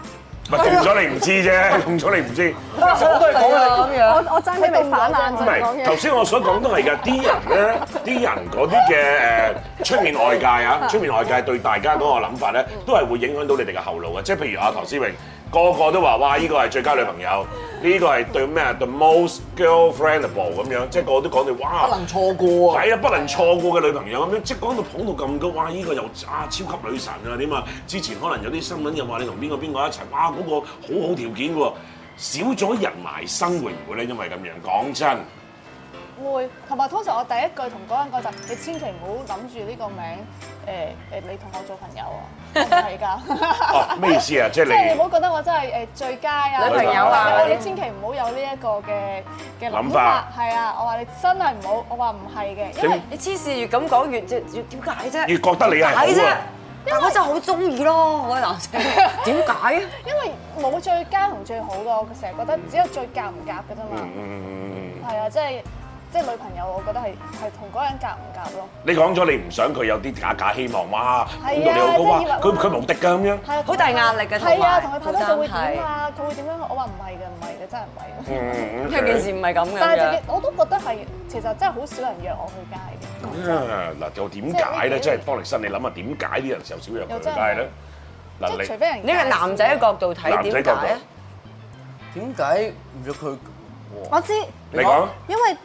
[SPEAKER 2] 唔係中咗你唔知啫， 中咗你唔知。
[SPEAKER 3] 其實我都係講啊。
[SPEAKER 1] 咁樣。
[SPEAKER 4] 我我爭啲未反眼
[SPEAKER 2] 唔
[SPEAKER 4] 就講
[SPEAKER 2] 係，頭
[SPEAKER 4] 嘢。
[SPEAKER 2] 先我所講都係㗎，啲人 咧，啲人嗰啲嘅誒出面外界啊， 嗯出面外界對大家嗰個諗法咧，都係會影響到你哋嘅後路嘅。即係譬如阿唐詩詠，個個都話哇，呢個係最佳女朋友，呢個係對咩啊，the most girlfriendable 咁樣，即係個個都講你哇
[SPEAKER 3] 不。能錯過啊！
[SPEAKER 2] 係啊，不能錯過嘅女朋友咁樣，即係講到捧到咁高，哇！依、個又啊超級女神啊點啊！之前可能有啲新聞又話你同邊個邊個一齊，哇！嗰、個好好條件喎，少咗人埋生會唔會咧？因為咁樣講真，
[SPEAKER 5] 會，同埋通常我第一句同嗰個人講就係你千祈唔好諗住呢個名誒誒，你同我做朋友啊， 我唔係㗎。
[SPEAKER 2] 哦，咩意思 啊？即係
[SPEAKER 5] 即係你唔
[SPEAKER 2] 你
[SPEAKER 5] 好覺得我真係誒最佳啊，
[SPEAKER 1] 女朋友啊
[SPEAKER 5] 我話你千祈唔好有呢一個嘅嘅諗
[SPEAKER 2] 諗法
[SPEAKER 5] 法，係啊，我話你真係唔好，我話唔係嘅，因為
[SPEAKER 1] 你黐線越咁講越越越點解啫？
[SPEAKER 2] 越覺得你係好
[SPEAKER 1] 點解啫
[SPEAKER 2] 啊？
[SPEAKER 1] 但我真係好中意咯，嗰個男仔。點解啊？
[SPEAKER 5] 因為冇最佳同最好㗎，我成日覺得只有最夾唔夾㗎啫嘛
[SPEAKER 2] 嗯，嗯嗯嗯嗯，
[SPEAKER 5] 係啊，即係即係女朋友，我覺得係係同嗰個人夾唔夾咯，
[SPEAKER 2] 你講咗你唔想佢有啲假假希望，哇，
[SPEAKER 5] 係
[SPEAKER 2] 講到你好高啊
[SPEAKER 5] 即係以為，
[SPEAKER 2] 佢佢無敵㗎咁樣。
[SPEAKER 5] 係啊，
[SPEAKER 1] 好大壓力㗎同埋
[SPEAKER 5] 係啊，同佢拍拖就會點啊，佢會點樣？我話唔係嘅，唔係嘅，真係唔係嘅。
[SPEAKER 2] 嗯
[SPEAKER 1] 因為件事唔係啊咁嘅。
[SPEAKER 5] 但係就我都覺得係，其實真係好少人約我去街嘅。
[SPEAKER 2] 啊嗱，又點解咧？即
[SPEAKER 5] 即
[SPEAKER 2] 係
[SPEAKER 5] 係
[SPEAKER 2] 方力申，你諗下點解啲人又少人
[SPEAKER 5] 又
[SPEAKER 2] 佢
[SPEAKER 5] 真係
[SPEAKER 2] 街咧？
[SPEAKER 5] 即係除
[SPEAKER 2] 嗱，
[SPEAKER 5] 非人
[SPEAKER 1] 呢個男仔嘅角度睇
[SPEAKER 2] 男仔
[SPEAKER 1] 點
[SPEAKER 2] 角度
[SPEAKER 1] 解啊？
[SPEAKER 3] 點解唔約佢？
[SPEAKER 4] 我知，
[SPEAKER 2] 你你講
[SPEAKER 4] 因為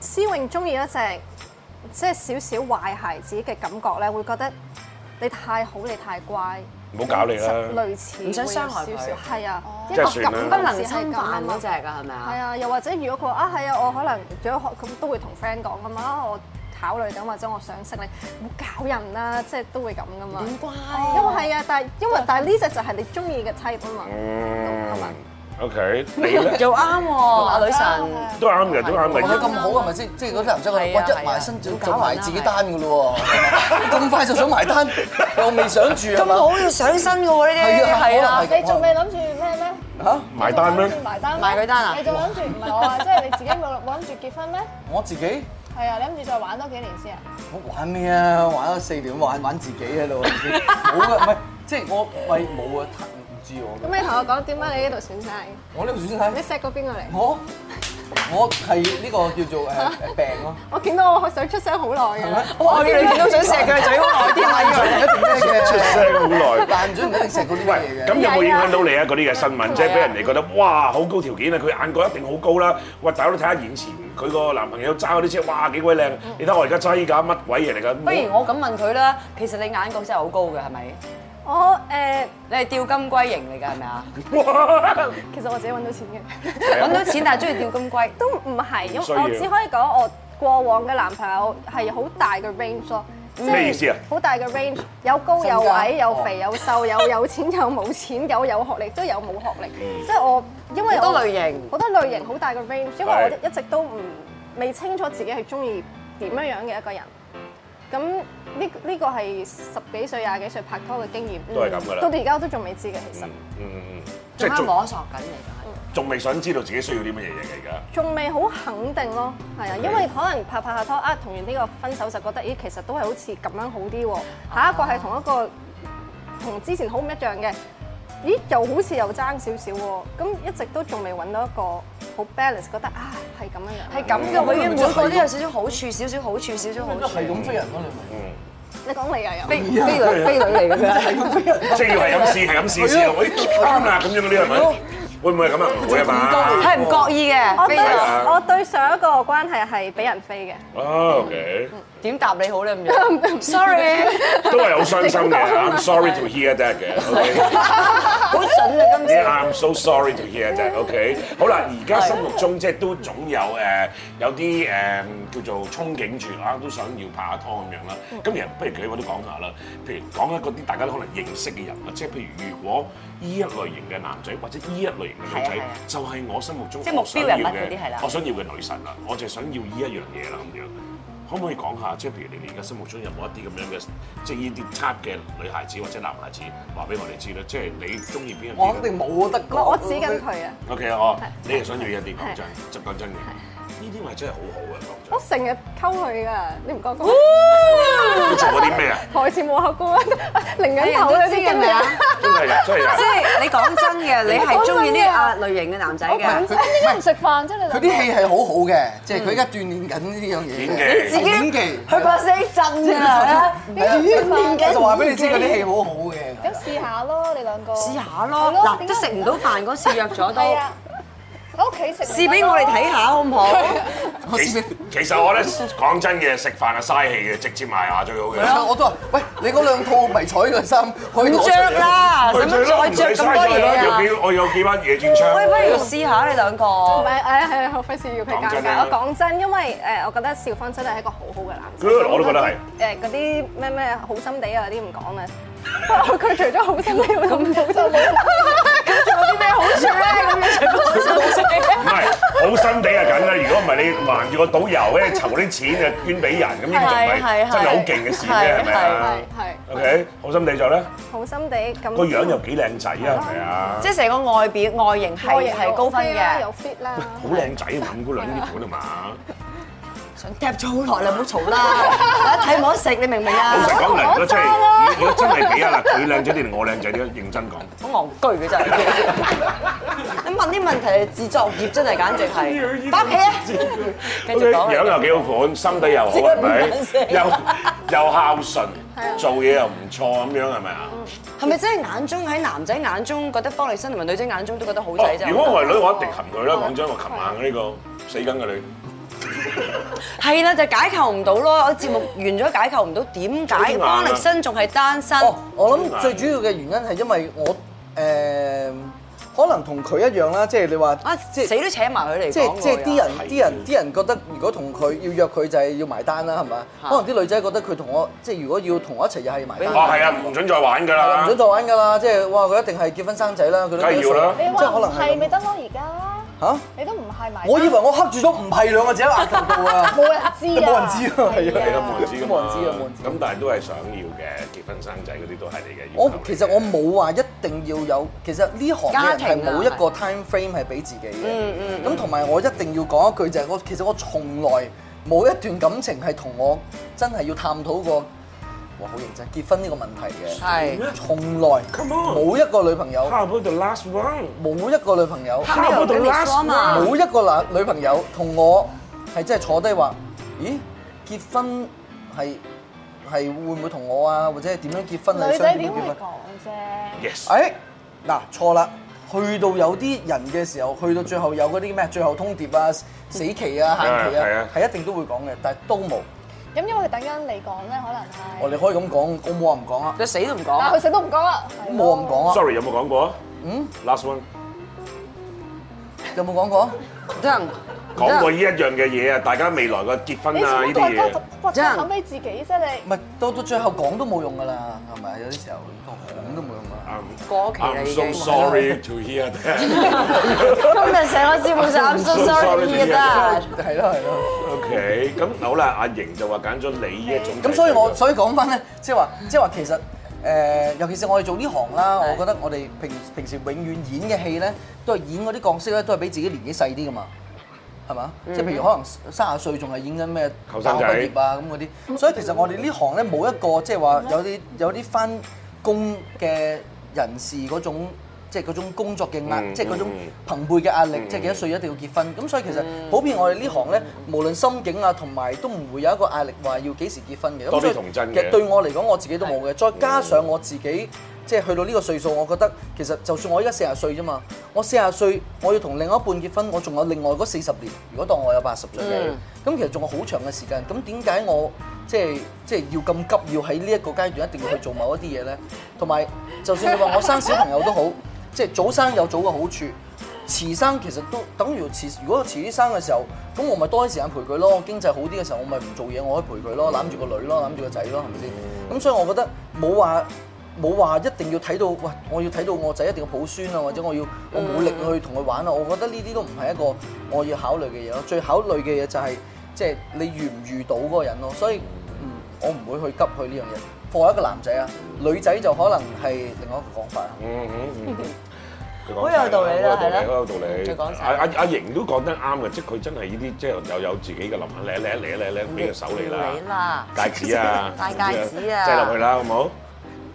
[SPEAKER 4] 思穎中意一隻即係少少壞孩子嘅感覺咧，會覺得你太好，你太乖，
[SPEAKER 2] 唔好搞你啦
[SPEAKER 4] 類似
[SPEAKER 1] 唔想傷害佢哦
[SPEAKER 4] 會有少少係啊，
[SPEAKER 2] 即係算啦
[SPEAKER 1] 不
[SPEAKER 2] 不
[SPEAKER 1] 能侵犯嗰
[SPEAKER 4] 咯
[SPEAKER 1] 只，㗎係咪啊？
[SPEAKER 4] 係啊，又或者如果佢話啊係啊，我可能如果學咁都會同 friend 講噶嘛，啊我考慮緊或者我想識你，唔好搞人啦，即係都會咁噶嘛。
[SPEAKER 1] 點解？
[SPEAKER 4] 因為係啊，但係因為但係呢只就係你中意嘅 type 啊嘛，係咪
[SPEAKER 2] 嗯？，OK，你咧
[SPEAKER 1] 又啱喎，女神。
[SPEAKER 5] 啊
[SPEAKER 2] 都啱嘅，都啱
[SPEAKER 3] 我覺得
[SPEAKER 2] 嘅。
[SPEAKER 3] 咁好 係咪先？即係嗰啲男仔覺得，
[SPEAKER 1] 係
[SPEAKER 3] 喂，
[SPEAKER 1] 啊
[SPEAKER 3] 一埋身就
[SPEAKER 1] 係啊
[SPEAKER 3] 就埋自己單㗎 咯喎，咁快就想埋單，又未想住係
[SPEAKER 1] 咁
[SPEAKER 3] 嘛？
[SPEAKER 1] 好要上身嘅喎呢啲，
[SPEAKER 3] 係啊可能係
[SPEAKER 5] 你仲未諗住咩咩？
[SPEAKER 3] 嚇！
[SPEAKER 2] 埋單咩
[SPEAKER 5] 你仲諗住埋單咩
[SPEAKER 1] 埋佢單啊
[SPEAKER 5] 你仲諗住唔係我啊？即係你自己冇冇諗住結婚咩？
[SPEAKER 3] 我自己
[SPEAKER 5] 係啊，你諗住再玩多幾年先啊？
[SPEAKER 3] 我玩咩啊？玩咗四年，玩玩自己喺度，已經冇啊！唔係，即係我喂冇啊，唔知我嘅。
[SPEAKER 4] 咁你同我講點解你呢度選晒？
[SPEAKER 3] 我呢個選睇
[SPEAKER 4] 你，錫過邊個嚟？
[SPEAKER 3] 我我係呢個叫做誒誒病咯。
[SPEAKER 4] 我見到我想出聲好耐㗎啦，
[SPEAKER 1] 哇！我以為你見到想錫佢嘅嘴好耐啲啊，以為
[SPEAKER 3] 一定咩嘅
[SPEAKER 2] 出聲好耐。
[SPEAKER 3] 爛咗唔一定食嗰啲
[SPEAKER 2] 喂
[SPEAKER 1] Dạ,
[SPEAKER 3] 乜嘢，
[SPEAKER 2] 咁
[SPEAKER 3] 嘅。
[SPEAKER 2] 有冇影響到你啊？嗰啲嘅新聞，即係俾人哋覺得哇，好高條件啊！佢眼角一定好高啦。喂，大佬你睇下以前佢個男朋友揸嗰啲車，哇幾鬼靚！你睇我而家揸依架乜鬼嘢嚟㗎？
[SPEAKER 1] 不如我咁問佢啦，其實你眼角真係好高嘅係咪？
[SPEAKER 4] 我誒
[SPEAKER 1] 你係吊金龜型嚟㗎係咪啊？
[SPEAKER 2] 哇
[SPEAKER 4] 其實我自己揾到錢嘅，
[SPEAKER 1] 揾到錢但係中意吊金龜，
[SPEAKER 4] 都唔係，因為
[SPEAKER 2] 需要
[SPEAKER 4] 我只可以講我過往嘅男朋友係好大嘅 range 咯。即係
[SPEAKER 2] 咩意思啊？
[SPEAKER 4] 好大嘅 range，有高
[SPEAKER 3] 身家
[SPEAKER 4] 有矮，有
[SPEAKER 3] 哦
[SPEAKER 4] 肥有瘦，有有錢有冇錢，有有學歷都有冇學歷。
[SPEAKER 2] 嗯
[SPEAKER 4] 即係我因為我
[SPEAKER 1] 好多類型
[SPEAKER 4] 好多類型好大嘅 range，因為我
[SPEAKER 2] 係
[SPEAKER 4] 一直都唔未清楚自己係中意點樣樣嘅一個人。咁呢呢個係十幾歲、廿幾歲拍拖嘅經驗，嗯
[SPEAKER 2] 都係咁㗎啦
[SPEAKER 4] 到而家都仲未知嘅，其實
[SPEAKER 2] 嗯嗯嗯，即
[SPEAKER 1] 仲
[SPEAKER 2] 係
[SPEAKER 1] 啱
[SPEAKER 2] 仲
[SPEAKER 1] 摸索緊嚟
[SPEAKER 2] 仲未想知道自己需要啲乜嘢嘢 嘅而家。
[SPEAKER 4] 仲未好肯定咯，係啊，因為可能拍拍下拖啊，同完呢個分手就覺得，咦，其實都係好似咁樣好啲喎。下一個係同一個同之前好唔一樣嘅，咦，又好似又爭少少喎。咁一直都仲未揾到一個好 balance，覺得啊係咁樣樣。
[SPEAKER 1] 㗎係咁嘅，永遠每個都有少少好處，少少好處，少少好
[SPEAKER 3] 都
[SPEAKER 1] 處
[SPEAKER 3] 係。咁飛人咯，你
[SPEAKER 4] 你講你又
[SPEAKER 1] 飛飛女飛女嚟㗎，
[SPEAKER 3] 咪係咁飛人咯。
[SPEAKER 2] 即係要係咁試，係咁試試，喂啱啦咁樣嗰啲 係咪？會唔會係咁啊？唔會啊嘛。
[SPEAKER 1] 係唔覺意嘅。
[SPEAKER 4] 我
[SPEAKER 1] 飛
[SPEAKER 4] 對
[SPEAKER 1] 女
[SPEAKER 4] 我對上一個關係係俾人飛嘅，
[SPEAKER 2] 哦，OK，
[SPEAKER 1] 點答你好咧咁樣？Sorry，
[SPEAKER 2] 都係好傷心嘅。I'm sorry to hear that 嘅。OK，
[SPEAKER 1] 好準啊今次。
[SPEAKER 2] Yeah, I'm so sorry to hear that。OK，好啦，而家心目中即係都總有誒有啲誒叫做憧憬住啊，都想要拍下拖咁樣啦。
[SPEAKER 1] 嗯
[SPEAKER 2] 咁其實不如佢我都講下啦，譬如講下嗰啲大家都可能認識嘅人啦，即係譬如如果呢一類型嘅男仔或者呢一類型嘅女
[SPEAKER 1] 係啊係
[SPEAKER 2] 仔
[SPEAKER 1] 啊，
[SPEAKER 2] 就係我心目中
[SPEAKER 1] 即係目
[SPEAKER 2] 我想
[SPEAKER 1] 標人物
[SPEAKER 2] 要
[SPEAKER 1] 嗰啲係啦
[SPEAKER 2] 嘅我想要嘅女神啦，我就係想要呢一樣嘢啦咁樣。可唔可以講下，即係譬如你哋而家心目中有冇一啲咁樣嘅，即係呢啲 type 嘅女孩子或者男孩子，話俾我哋知咧？即係你中意邊一
[SPEAKER 3] 我
[SPEAKER 2] 啲
[SPEAKER 3] 肯
[SPEAKER 2] 咧
[SPEAKER 3] 定冇得
[SPEAKER 4] 唔
[SPEAKER 3] 講。
[SPEAKER 4] 係我指緊佢啊！
[SPEAKER 2] ？O K，我哦你係想要一啲講
[SPEAKER 4] 係
[SPEAKER 2] 真，就講真嘅，呢啲係真係好好嘅講
[SPEAKER 4] 我
[SPEAKER 2] 真。
[SPEAKER 4] 成日溝佢㗎，你唔覺講？
[SPEAKER 2] 你做過啲咩啊？
[SPEAKER 4] 台前幕後高，零緊頭嗰啲經理啊！
[SPEAKER 2] 真係啊，真係啊
[SPEAKER 1] 即！係你講真嘅，你係中意呢啊類型嘅男仔嘅。
[SPEAKER 5] 本身應該唔食飯啫，你
[SPEAKER 3] 佢
[SPEAKER 5] 兩個
[SPEAKER 3] 啲戲係好好嘅，即係佢而家鍛鍊緊呢樣嘢嘅。
[SPEAKER 2] 演技
[SPEAKER 1] 自己
[SPEAKER 3] 演技
[SPEAKER 1] 佢個聲震啊！
[SPEAKER 3] 我就話俾你知，佢啲戲好好嘅。
[SPEAKER 5] 咁試下咯，你兩個
[SPEAKER 1] 試下
[SPEAKER 5] 係
[SPEAKER 1] 咯，
[SPEAKER 5] 咯
[SPEAKER 1] 嗱
[SPEAKER 5] 點
[SPEAKER 1] 都
[SPEAKER 5] 解
[SPEAKER 1] 食唔到飯嗰次約咗都，
[SPEAKER 5] 係啊，喺屋企食咪得咯
[SPEAKER 1] 試俾我哋睇下好唔好？
[SPEAKER 3] 我
[SPEAKER 2] 其
[SPEAKER 3] 試
[SPEAKER 2] 實
[SPEAKER 3] 俾
[SPEAKER 2] 其實我咧講真嘅，食飯啊嘥氣嘅，直接買下最好
[SPEAKER 3] 係啊，
[SPEAKER 2] 嘅。
[SPEAKER 3] 我都話：喂，你嗰兩套迷彩嘅衫可以
[SPEAKER 1] 唔
[SPEAKER 3] 攞出
[SPEAKER 1] 着
[SPEAKER 3] 嚟。
[SPEAKER 1] 啦，使
[SPEAKER 2] 咪最咯
[SPEAKER 1] 乜再着咁多
[SPEAKER 2] 唔使嘥
[SPEAKER 1] 嘢
[SPEAKER 2] 氣啦
[SPEAKER 1] 啊
[SPEAKER 2] 有？幾我有幾班野戰
[SPEAKER 1] 喂，
[SPEAKER 2] 槍。
[SPEAKER 1] 不如試下你兩個。
[SPEAKER 4] 唔係，誒係好費事要佢
[SPEAKER 2] 講
[SPEAKER 4] 尷
[SPEAKER 2] 真
[SPEAKER 4] 尬。
[SPEAKER 2] 啦
[SPEAKER 4] 我講真，因為誒，我覺得少芬真係一個好好嘅男仔。
[SPEAKER 2] Good，我都覺得係
[SPEAKER 4] 誒嗰啲咩咩好心地啊嗰啲唔講啦。不過佢除咗好心地，我咁好心地。
[SPEAKER 2] 唔係好心地啊，梗啦！如果唔係你橫住個導遊咧，籌啲錢啊捐俾人，咁呢啲仲
[SPEAKER 1] 係係
[SPEAKER 2] 係
[SPEAKER 1] 係
[SPEAKER 2] 真係好勁嘅事啫，係咪啊
[SPEAKER 5] 係係
[SPEAKER 2] ？OK，好心地就咧，
[SPEAKER 4] 好心地咁。
[SPEAKER 2] 個樣又幾靚仔啊，係咪啊？
[SPEAKER 1] 即係成個外表外形
[SPEAKER 5] 外
[SPEAKER 1] 係
[SPEAKER 5] 形
[SPEAKER 1] 係高分嘅。
[SPEAKER 5] 又 fit 啦，
[SPEAKER 2] 好靚仔啊，五姑娘呢款係嘛？
[SPEAKER 1] 想嗒咗好耐啦，唔好 嘈啦，一睇冇得食，你明唔明
[SPEAKER 2] 老
[SPEAKER 1] 啊
[SPEAKER 2] 實？講嚟，如果真係如果真係比啊嗱，佢靚仔啲定我靚仔啲？認真講，
[SPEAKER 1] 好戇居嘅真係，你問啲問題係自作業真係簡直係。翻屋企啊，繼續講
[SPEAKER 2] 樣
[SPEAKER 1] 啦。
[SPEAKER 2] 又幾好款，心地又 好係咪？又又孝順，
[SPEAKER 3] 啊
[SPEAKER 2] 做嘢又唔錯咁樣係咪啊？
[SPEAKER 3] 嗯
[SPEAKER 1] 係咪真係眼中喺男仔眼中覺得方力申同埋女仔眼中都覺得好仔
[SPEAKER 2] 哦
[SPEAKER 1] 啫？
[SPEAKER 2] 如果我係女，我一定擒佢
[SPEAKER 3] 哦
[SPEAKER 2] 啦！講真，我擒硬呢個死梗嘅你。
[SPEAKER 1] 係啦，就解構唔到咯。我節目完咗解構唔到，點解方力申仲係單身？
[SPEAKER 3] 哦，我諗最主要嘅原因係因為我誒，可能同佢一樣啦，即係你話
[SPEAKER 1] 啊，
[SPEAKER 3] 即係
[SPEAKER 1] 死都扯埋佢嚟
[SPEAKER 3] 即係
[SPEAKER 1] 講
[SPEAKER 3] 即係啲人
[SPEAKER 2] 係
[SPEAKER 3] 啲人啲人覺得，如果同佢要約佢就係要埋單啦，係咪？
[SPEAKER 1] 嚇
[SPEAKER 3] 可能啲女仔覺得佢同我即係如果要同我一齊又係埋單，
[SPEAKER 2] 哦，係啊，唔準再玩㗎
[SPEAKER 3] 係啦
[SPEAKER 2] 啦
[SPEAKER 3] 唔想！再玩㗎啦，即係哇佢一定係結婚生仔啦，佢都
[SPEAKER 2] 梗係要啦
[SPEAKER 5] 你
[SPEAKER 3] 幾多歲
[SPEAKER 5] 話
[SPEAKER 3] 即係可
[SPEAKER 5] 唔
[SPEAKER 3] 能
[SPEAKER 5] 係
[SPEAKER 3] 係
[SPEAKER 5] 咪
[SPEAKER 3] 咁
[SPEAKER 5] 得咯？而家
[SPEAKER 3] 嚇？
[SPEAKER 5] 你都唔係埋單，
[SPEAKER 3] 我以為我黑住咗唔係兩個字喺額頭度啊！
[SPEAKER 5] 冇人知啊，
[SPEAKER 3] 冇人知啊係啊
[SPEAKER 2] 係啦，冇人知㗎嘛
[SPEAKER 3] 冇人知啊冇人知
[SPEAKER 2] 咁但係都係想要嘅，結婚生仔嗰啲都係你嘅要
[SPEAKER 3] 我
[SPEAKER 2] 求嚟嘅
[SPEAKER 3] 其實我冇話一定要有，其實呢行嘅人
[SPEAKER 1] 家庭
[SPEAKER 3] 係
[SPEAKER 1] 啊
[SPEAKER 3] 冇一個 time frame 係俾自己嘅。咁同埋我一定要講一句就係我其實我從來冇一段感情係同我真係要探討過，哇好認真結婚呢個問題嘅，
[SPEAKER 1] 係
[SPEAKER 3] 從來
[SPEAKER 2] Come on
[SPEAKER 3] 冇一個女朋友，
[SPEAKER 2] How about the last one？
[SPEAKER 3] 冇一個女朋友，
[SPEAKER 1] 拍咩又跟你啊嘛？
[SPEAKER 3] 冇一個男女朋友同我係真係坐低話，咦結婚係係會唔會同我啊，或者係點樣結婚啊？
[SPEAKER 5] 女
[SPEAKER 3] 想
[SPEAKER 5] 仔
[SPEAKER 3] 點
[SPEAKER 5] 點
[SPEAKER 3] 樣
[SPEAKER 5] 會
[SPEAKER 3] 結婚
[SPEAKER 5] 講啫？
[SPEAKER 2] Yes，
[SPEAKER 3] 誒嗱錯啦，去到有啲人嘅時候，去到最後有嗰啲咩最後通牒啊、死期啊、限期
[SPEAKER 2] 係
[SPEAKER 3] 啊
[SPEAKER 2] 啊，
[SPEAKER 3] 係一定都會講嘅，但係都冇。
[SPEAKER 5] 咁因為佢等緊你講咧，可能係。
[SPEAKER 3] 我哋可以咁講，我冇話唔講啊，
[SPEAKER 1] 佢死都唔
[SPEAKER 5] 但
[SPEAKER 1] 講
[SPEAKER 5] 係佢。死都唔講啦。
[SPEAKER 3] 冇話唔講啊，
[SPEAKER 2] Sorry，有冇講過啊？嗯，last one
[SPEAKER 3] 有冇講過？
[SPEAKER 1] 真 Dạ.
[SPEAKER 2] 講過呢一樣嘅嘢啊，大家未來嘅結婚
[SPEAKER 5] 你
[SPEAKER 2] 啊呢
[SPEAKER 5] 只不過
[SPEAKER 2] 啲
[SPEAKER 5] 係
[SPEAKER 2] 嘢
[SPEAKER 5] 屈，屈
[SPEAKER 1] 真
[SPEAKER 5] 冚俾自己啫，
[SPEAKER 3] 唔
[SPEAKER 5] 你
[SPEAKER 3] 係到到最後講都冇用㗎啦，係咪？有啲時候講都冇用㗎。
[SPEAKER 1] 過期啦
[SPEAKER 2] Ờ, I'm
[SPEAKER 1] 已
[SPEAKER 2] so
[SPEAKER 1] 經。
[SPEAKER 2] sorry to hear that。
[SPEAKER 1] 今日成個節目就 I'm so sorry 嘅啦。
[SPEAKER 3] 係咯係咯，
[SPEAKER 2] OK，咁好啦，阿瑩就話揀咗你呢一種。
[SPEAKER 3] 咁所以我所以講翻咧，即係話
[SPEAKER 2] 嗯
[SPEAKER 3] 即係話其實誒，尤其是我哋做呢行啦，
[SPEAKER 1] 係
[SPEAKER 3] 我覺得我哋平平時永遠演嘅戲咧，都係演嗰啲角色咧，都係比自己年紀細啲㗎嘛。係嘛？即係譬如可能三十歲仲係演緊咩
[SPEAKER 2] 嗯後生
[SPEAKER 3] 大學
[SPEAKER 2] 仔
[SPEAKER 3] 畢業啊咁嗰啲，所以其實我哋呢行咧冇一個即係話有啲有啲翻工嘅人士嗰種即係嗰種工作嘅壓，
[SPEAKER 2] 嗯
[SPEAKER 3] 即係嗰種
[SPEAKER 2] 嗯嗯
[SPEAKER 3] 朋輩嘅壓力，
[SPEAKER 2] 嗯
[SPEAKER 3] 即係幾多歲一定要結婚。咁所以其實普遍我哋呢行咧，無論心境啊同埋都唔會有一個壓力話要幾時結婚嘅。咁
[SPEAKER 2] 多啲
[SPEAKER 3] 所以
[SPEAKER 2] 童真嘅嗯
[SPEAKER 3] 其實對我嚟講，我自己都冇嘅。再加上我自己。即係去到呢個歲數，我覺得其實就算我依家四十歲啫嘛，我四十歲我要同另外一半結婚，我仲有另外嗰四十年。如果當我有八十歲嘅，
[SPEAKER 2] 嗯
[SPEAKER 3] 咁、其實仲有好長嘅時間。咁點解我即係即係要咁急要喺呢一個階段一定要去做某一啲嘢呢？同埋就算你話我生小朋友都好，即係早生有早嘅好處。遲生其實都等於遲，如果我遲啲生嘅時候，咁我咪多啲時間陪佢咯。我經濟好啲嘅時候，我咪唔做嘢，我可以陪佢咯，攬住個女咯，攬住個仔咯，係咪先？咁所以我覺得冇話冇話一定要睇到，喂，我要睇到我仔一定要抱孫啊，或者我要我冇力去同佢玩啊。我覺得呢啲都唔係一個我要考慮嘅嘢咯。最考慮嘅嘢就係即係你遇唔遇到嗰個人咯。所以嗯，我唔會去急佢呢樣嘢。作為一個男仔啊，女仔就可能係另外一個講法。
[SPEAKER 2] 嗯 嗯嗯嗯
[SPEAKER 1] 好有道理啦係啦
[SPEAKER 2] 好有道理，
[SPEAKER 1] 佢講晒
[SPEAKER 2] 阿阿阿瑩都講得啱嘅，即係佢真係呢啲即係又有自己嘅諗法，嚟嚟嚟嚟嚟，俾個手你啦，
[SPEAKER 1] 你啦，
[SPEAKER 2] 戒 指啊，
[SPEAKER 1] 戴
[SPEAKER 2] Dạ.
[SPEAKER 1] 戒指啊
[SPEAKER 2] 擠落去啦，好唔好？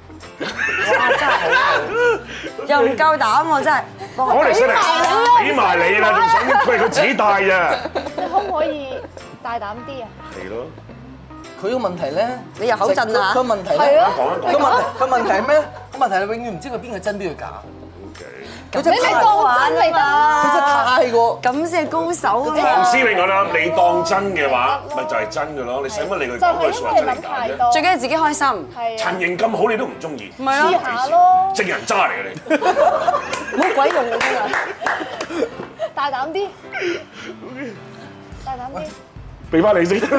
[SPEAKER 1] 哇真係好好， 又唔夠膽喎真係。
[SPEAKER 2] 我嚟先嚟，俾埋你啦，仲想佢佢自己戴啊，
[SPEAKER 5] 你可唔可以大膽啲啊？
[SPEAKER 2] 係咯，
[SPEAKER 3] 佢個問題咧，
[SPEAKER 1] 你入口震啊
[SPEAKER 3] 佢問題
[SPEAKER 5] 係
[SPEAKER 3] 咧
[SPEAKER 5] 啊，
[SPEAKER 2] 講一
[SPEAKER 3] 佢
[SPEAKER 2] 講
[SPEAKER 3] 問題佢問題係咩咧？佢問題你永遠唔知佢邊個真邊個假。
[SPEAKER 2] ，OK。
[SPEAKER 1] 佢
[SPEAKER 5] 你咪
[SPEAKER 1] 啊
[SPEAKER 5] 當真嚟得啦。
[SPEAKER 3] 佢真係太過。
[SPEAKER 1] 咁先係高手啊
[SPEAKER 2] 唐
[SPEAKER 1] 嘛！
[SPEAKER 2] 詩詠我啦，你當真嘅話，咪就係真嘅咯。你使乜理佢
[SPEAKER 5] 就
[SPEAKER 2] 講句
[SPEAKER 5] 係
[SPEAKER 2] 説
[SPEAKER 5] 因
[SPEAKER 2] 話真
[SPEAKER 5] 為你
[SPEAKER 2] 定
[SPEAKER 5] 諗
[SPEAKER 2] 假
[SPEAKER 5] 太
[SPEAKER 2] 啫？
[SPEAKER 5] 多，
[SPEAKER 1] 最緊要自己開心，
[SPEAKER 5] 係啊
[SPEAKER 2] 陳，型咁好，你都唔中意，
[SPEAKER 1] 咪
[SPEAKER 5] 試
[SPEAKER 1] 咯，
[SPEAKER 5] 下咯，
[SPEAKER 2] 正人渣嚟嘅你。
[SPEAKER 1] 冇鬼用嘅真係。
[SPEAKER 5] 大膽啲，大膽啲。
[SPEAKER 2] 俾翻你先。
[SPEAKER 1] 唔好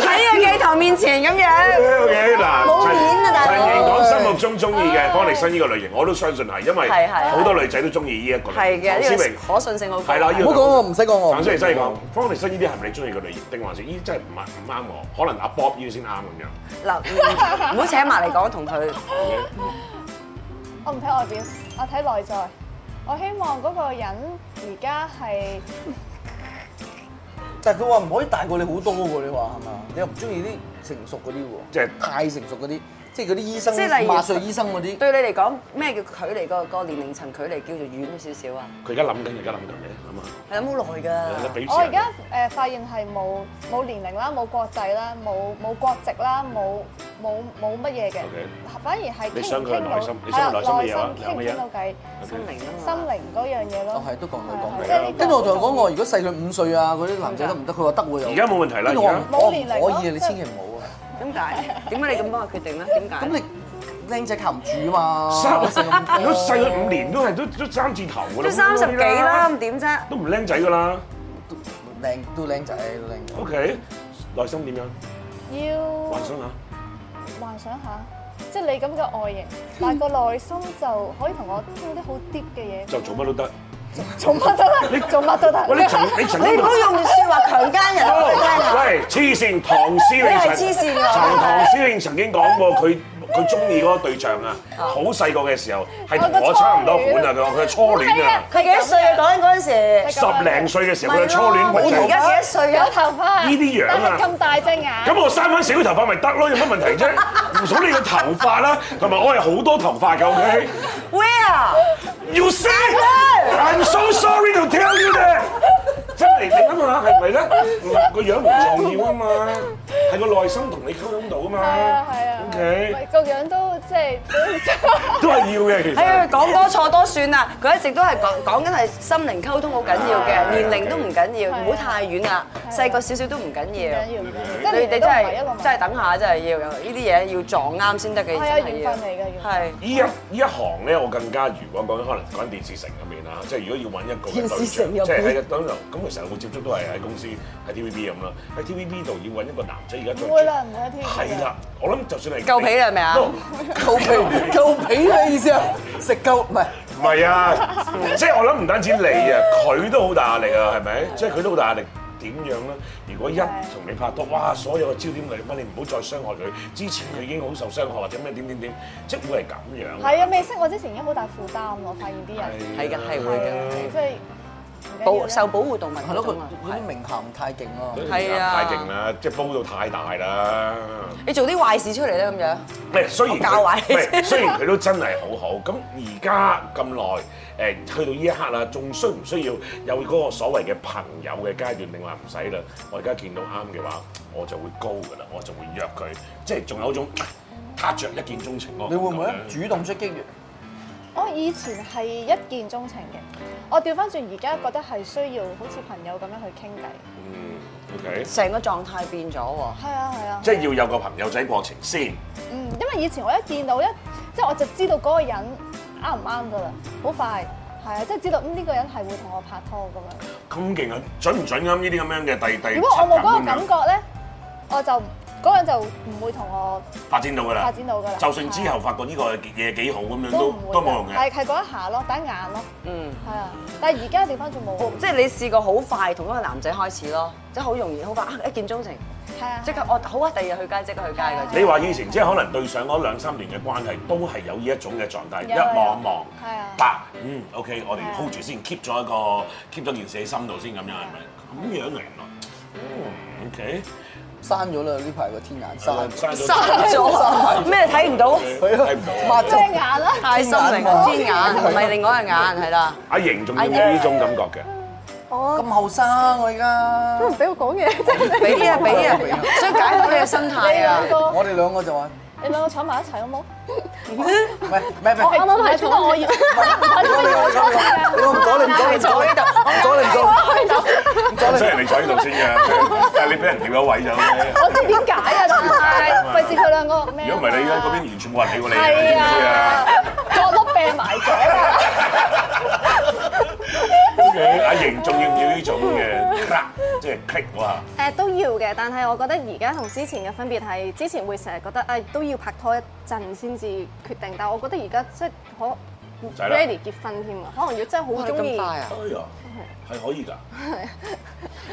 [SPEAKER 1] 喺個鏡頭面前咁
[SPEAKER 2] O
[SPEAKER 1] 樣。
[SPEAKER 2] K 嗱，
[SPEAKER 1] 冇面啊大佬
[SPEAKER 2] 陳瑩講心目中中意嘅方力申呢個類型，我都相信係，因為
[SPEAKER 1] 係係
[SPEAKER 2] 好多女仔都中意呢一個類型。
[SPEAKER 1] 係嘅，
[SPEAKER 2] 唐詩
[SPEAKER 1] 呢
[SPEAKER 2] 詠
[SPEAKER 1] 個可信性好高。
[SPEAKER 2] 係啦呢
[SPEAKER 3] 唔好講我，唔使講我。
[SPEAKER 2] 陳雖然真啊係講，方力申呢啲係咪你中意嘅類型？定還是呢啲真係唔係唔啱我？可能阿 Bob 呢啲先啱咁樣。
[SPEAKER 1] 嗱，唔唔好扯埋嚟講同佢。
[SPEAKER 5] 我唔睇外表，我睇內在。我希望嗰個人而家係
[SPEAKER 3] 但係佢話唔可以大過你好多喎，你話係嘛？你又唔中意啲成熟嗰啲喎，
[SPEAKER 2] 即係
[SPEAKER 3] 太成熟嗰啲，即係嗰啲醫生
[SPEAKER 1] 即係例如
[SPEAKER 3] 麻醉醫生嗰啲。
[SPEAKER 1] 對你嚟講，咩叫距離個個年齡層距離叫做遠咗少少啊？
[SPEAKER 2] 佢而家諗緊，而家諗緊
[SPEAKER 1] 係諗好耐
[SPEAKER 2] 嘅，諗啊，
[SPEAKER 1] 㗎。
[SPEAKER 2] 俾
[SPEAKER 5] 我而家誒發現係冇冇年齡啦，冇國際啦，冇冇國籍啦，冇冇冇乜嘢嘅
[SPEAKER 2] OK，
[SPEAKER 5] 反而係
[SPEAKER 2] 你
[SPEAKER 5] 傾
[SPEAKER 2] 想
[SPEAKER 5] 唔
[SPEAKER 2] 佢
[SPEAKER 5] 傾
[SPEAKER 2] 內
[SPEAKER 5] 到
[SPEAKER 2] 心你想
[SPEAKER 5] 係
[SPEAKER 2] 佢內心
[SPEAKER 5] 啦，
[SPEAKER 2] 嘅嘢啊
[SPEAKER 5] 內心傾
[SPEAKER 2] 有
[SPEAKER 5] 唔
[SPEAKER 2] 乜嘢
[SPEAKER 5] 傾到偈，
[SPEAKER 1] 心靈啊嘛。
[SPEAKER 5] 心靈嗰樣嘢咯
[SPEAKER 3] 哦。係都講佢講
[SPEAKER 5] 係
[SPEAKER 3] 佢
[SPEAKER 5] 係即係呢個
[SPEAKER 3] 跟住我同佢講，我如果細佢五歲啊，嗰啲男仔得唔得？佢話得喎又。
[SPEAKER 2] 而家冇問題啦
[SPEAKER 3] 跟住我話
[SPEAKER 2] 而
[SPEAKER 5] 家
[SPEAKER 3] 我唔
[SPEAKER 5] 冇年齡咯
[SPEAKER 3] 可以啊，你
[SPEAKER 5] 即係
[SPEAKER 3] 千祈唔好啊。
[SPEAKER 1] 點解？點解你咁幫佢決定咧？點解？
[SPEAKER 3] 咁你靚仔靠唔住啊嘛。
[SPEAKER 2] 三，如果細佢五年都係都都三字頭㗎啦，
[SPEAKER 1] 哦都三十幾啦，，咁點啫？
[SPEAKER 2] 都唔僆仔㗎啦。
[SPEAKER 3] 靚都靚仔，都靚仔。
[SPEAKER 2] O K，內心點樣？
[SPEAKER 5] 要
[SPEAKER 2] 幻想下。
[SPEAKER 5] 幻想下，即係你咁嘅外形，但係個內心就可以同我傾啲好 deep 嘅嘢，
[SPEAKER 2] 就做乜都得。
[SPEAKER 5] 做乜都得，做乜都
[SPEAKER 2] 喂，你
[SPEAKER 5] 得。
[SPEAKER 2] 曾你 曾哦
[SPEAKER 1] 你唔好用説話強姦人我聽下。
[SPEAKER 2] 喂，黐線，唐詩
[SPEAKER 1] 你係
[SPEAKER 2] 詠
[SPEAKER 1] 黐線㗎
[SPEAKER 2] 曾唐詩詠曾經講過佢。佢中意嗰個對象啊，
[SPEAKER 1] 哦
[SPEAKER 2] 好細個嘅時候係同我差唔多款啊，佢話佢係初戀啊，
[SPEAKER 1] 佢幾多歲啊？講緊嗰陣時。
[SPEAKER 2] 十零歲嘅時候佢係初戀，
[SPEAKER 1] 咪
[SPEAKER 2] 咪
[SPEAKER 1] 咯
[SPEAKER 2] 就
[SPEAKER 1] 你而
[SPEAKER 2] 係
[SPEAKER 1] 家幾多歲
[SPEAKER 5] 有
[SPEAKER 1] 啊？
[SPEAKER 5] 頭髮，
[SPEAKER 2] 呢啲樣啊
[SPEAKER 5] 但係咁大隻眼。
[SPEAKER 2] 咁我生翻少頭髮咪得咯，有乜問題啫？唔數你個頭髮啦，同埋我係好多頭髮嘅，OK？
[SPEAKER 1] Where？
[SPEAKER 2] You say I'm so sorry to tell you that。真係你諗下係咪咧？唔個樣唔重要啊嘛，係個內心同你溝通到啊嘛。
[SPEAKER 5] 係啊係啊
[SPEAKER 2] O
[SPEAKER 5] 唔
[SPEAKER 2] K，
[SPEAKER 5] 係個樣都即係
[SPEAKER 2] 都係要嘅其
[SPEAKER 1] 哎呀，
[SPEAKER 2] 實。
[SPEAKER 1] 講多錯多算啦！佢一直都係講講緊係心靈溝通好緊要嘅，年齡都唔緊要，唔好太遠啦，細個少少都唔緊要。
[SPEAKER 5] 緊要，
[SPEAKER 1] 你
[SPEAKER 5] 即啊係啊
[SPEAKER 1] 你真
[SPEAKER 5] 都唔係一
[SPEAKER 1] 係
[SPEAKER 5] 個問題
[SPEAKER 1] 真係等下，真係要有呢啲嘢要撞啱先得嘅，
[SPEAKER 5] 係啊
[SPEAKER 1] 真
[SPEAKER 5] 緣
[SPEAKER 1] 要
[SPEAKER 5] 分嚟嘅緣分
[SPEAKER 1] 係
[SPEAKER 2] 依一依一行咧，我更加如果講可能講電視城入面啦，即係如果要揾一個嘅對象，
[SPEAKER 3] 電視城入
[SPEAKER 2] 即
[SPEAKER 3] 面
[SPEAKER 2] 係喺當然咁，其實我接觸都係喺公司喺 TVB 咁啦，喺 TVB 度要揾一個男仔而家最
[SPEAKER 5] 唔會啦，唔會喺 T V
[SPEAKER 2] 係啦，我諗就算係
[SPEAKER 1] 夠皮啦係咪啊
[SPEAKER 2] No，
[SPEAKER 3] 夠皮夠皮嘅意思啊！食夠唔係
[SPEAKER 2] 唔係啊，即係我諗唔單止你啊，佢都好大壓力啊，係咪？即係佢都好大壓力。點樣咧？如果一同你拍拖，哇！所有嘅焦點嚟乜，你唔好再傷害佢。之前佢已經好受傷害，或者咩點點點，即係會係咁樣。
[SPEAKER 5] 係啊，未識我之前已經好大負擔咯，發現啲人
[SPEAKER 1] 係嘅係會
[SPEAKER 2] 啊
[SPEAKER 1] 嘅，
[SPEAKER 5] 即係
[SPEAKER 1] 保受保護動物
[SPEAKER 3] 係
[SPEAKER 1] 嗰
[SPEAKER 3] 咯，佢
[SPEAKER 1] 種啊
[SPEAKER 3] 佢啲名校唔太勁咯。
[SPEAKER 1] 係啊
[SPEAKER 2] 太勁啦，即係煲到太大啦。
[SPEAKER 1] 你做啲壞事出嚟咧咁樣，
[SPEAKER 2] 喂，雖然
[SPEAKER 1] 我教壞你
[SPEAKER 2] 佢喂雖然佢都真係好好，咁而家咁耐，誒去到呢一刻啦，仲需唔需要有嗰個所謂嘅朋友嘅階段，定話唔使啦？我而家見到啱嘅話，我就會高㗎啦，我就會約佢，即係仲有一種他着一見鐘情咯。
[SPEAKER 3] 你會唔會咧主動出擊嘅？
[SPEAKER 5] 我以前係一見鐘情嘅，我調翻轉而家覺得係需要好似朋友咁樣去傾偈。
[SPEAKER 2] 嗯，OK，
[SPEAKER 1] 成個狀態變咗喎。
[SPEAKER 5] 係啊係啊，
[SPEAKER 2] 即係要有個朋友仔過程先。
[SPEAKER 5] 嗯，因為以前我一見到一即係我就知道嗰個人啱唔啱噶啦，好快係啊，即係知道嗯呢個人係會同我拍拖咁樣。
[SPEAKER 2] 咁勁啊！準唔準啱呢啲咁樣嘅第第
[SPEAKER 5] 如果我冇嗰個
[SPEAKER 2] 七
[SPEAKER 5] 感
[SPEAKER 2] 咁樣
[SPEAKER 5] 覺咧，
[SPEAKER 2] 啊
[SPEAKER 5] 我就嗰人就唔會同我
[SPEAKER 2] 發展到㗎啦
[SPEAKER 5] 發。展到㗎啦。
[SPEAKER 2] 就算之後發覺呢個嘢幾好咁樣
[SPEAKER 5] 係啊
[SPEAKER 2] 都
[SPEAKER 5] 唔會
[SPEAKER 2] 都冇用嘅。
[SPEAKER 5] 係係嗰一下咯，打眼咯，
[SPEAKER 1] 嗯，
[SPEAKER 5] 係啊。但係而家地方仲冇，
[SPEAKER 1] 即係你試過好快同嗰個男仔開始咯，即係好容易，好快啊一見鐘情，
[SPEAKER 5] 係啊，
[SPEAKER 1] 即刻我好啊，第二日去街即刻去街嗰種。
[SPEAKER 2] 你話以前即係可能對上嗰兩三年嘅關係，都係有呢一種嘅狀態，
[SPEAKER 5] 有
[SPEAKER 2] 一望一望
[SPEAKER 5] 有係啊，
[SPEAKER 2] 白，嗯，OK，我哋
[SPEAKER 5] 係啊
[SPEAKER 2] hold 住先，keep 咗一個 keep 咗件事喺心度先咁樣，係咪？咁樣嚟咯，嗯，OK，
[SPEAKER 3] 刪咗啦，呢排個天眼
[SPEAKER 2] 刪
[SPEAKER 3] 刪。
[SPEAKER 2] 咗，
[SPEAKER 1] 咗啊咩睇唔到？
[SPEAKER 2] 睇唔到。
[SPEAKER 3] 抹
[SPEAKER 5] 隻
[SPEAKER 3] 咗
[SPEAKER 5] 眼啦，
[SPEAKER 1] 太心靈啦，天眼唔係另外一隻眼係啦。
[SPEAKER 2] 阿瑩仲有冇呢種感覺嘅？
[SPEAKER 4] 我
[SPEAKER 3] 咁後生我而家
[SPEAKER 4] 都，唔俾我講嘢，即係
[SPEAKER 1] 俾啲啊，俾啊，想解開你嘅心
[SPEAKER 5] 你
[SPEAKER 1] 態啊
[SPEAKER 5] 兩！個，
[SPEAKER 3] 我哋兩個就話，
[SPEAKER 5] 你兩個坐埋一齊好冇？
[SPEAKER 3] 喂，唔係唔係，
[SPEAKER 5] 我啱啱係坐我要，
[SPEAKER 3] 你我唔阻你唔阻你唔阻你唔阻你唔阻你。
[SPEAKER 2] 雖然你坐喺度先嘅，但係你俾人調咗位咗。
[SPEAKER 5] 我知點解啊，但 係費事佢兩個咩？啊
[SPEAKER 2] 如果唔係你喺嗰邊完全冇人理過你，你知
[SPEAKER 5] 係
[SPEAKER 2] 唔知啊
[SPEAKER 5] 啊？，角都病埋咗啊！
[SPEAKER 2] 阿瑩仲要唔要呢種嘅 crack，即係 click 我啊？
[SPEAKER 4] 誒都要嘅，但係我覺得而家同之前嘅分別係，之前會成日覺得啊都要拍拖一陣先至決定，但係我覺得而家即係可
[SPEAKER 2] 就係啦
[SPEAKER 4] ready 結婚添啊，可能要真係
[SPEAKER 1] 哇
[SPEAKER 4] 好
[SPEAKER 1] 你
[SPEAKER 4] 中
[SPEAKER 1] 咁
[SPEAKER 4] 意。
[SPEAKER 1] 快啊！
[SPEAKER 2] 哎呀，係可以㗎。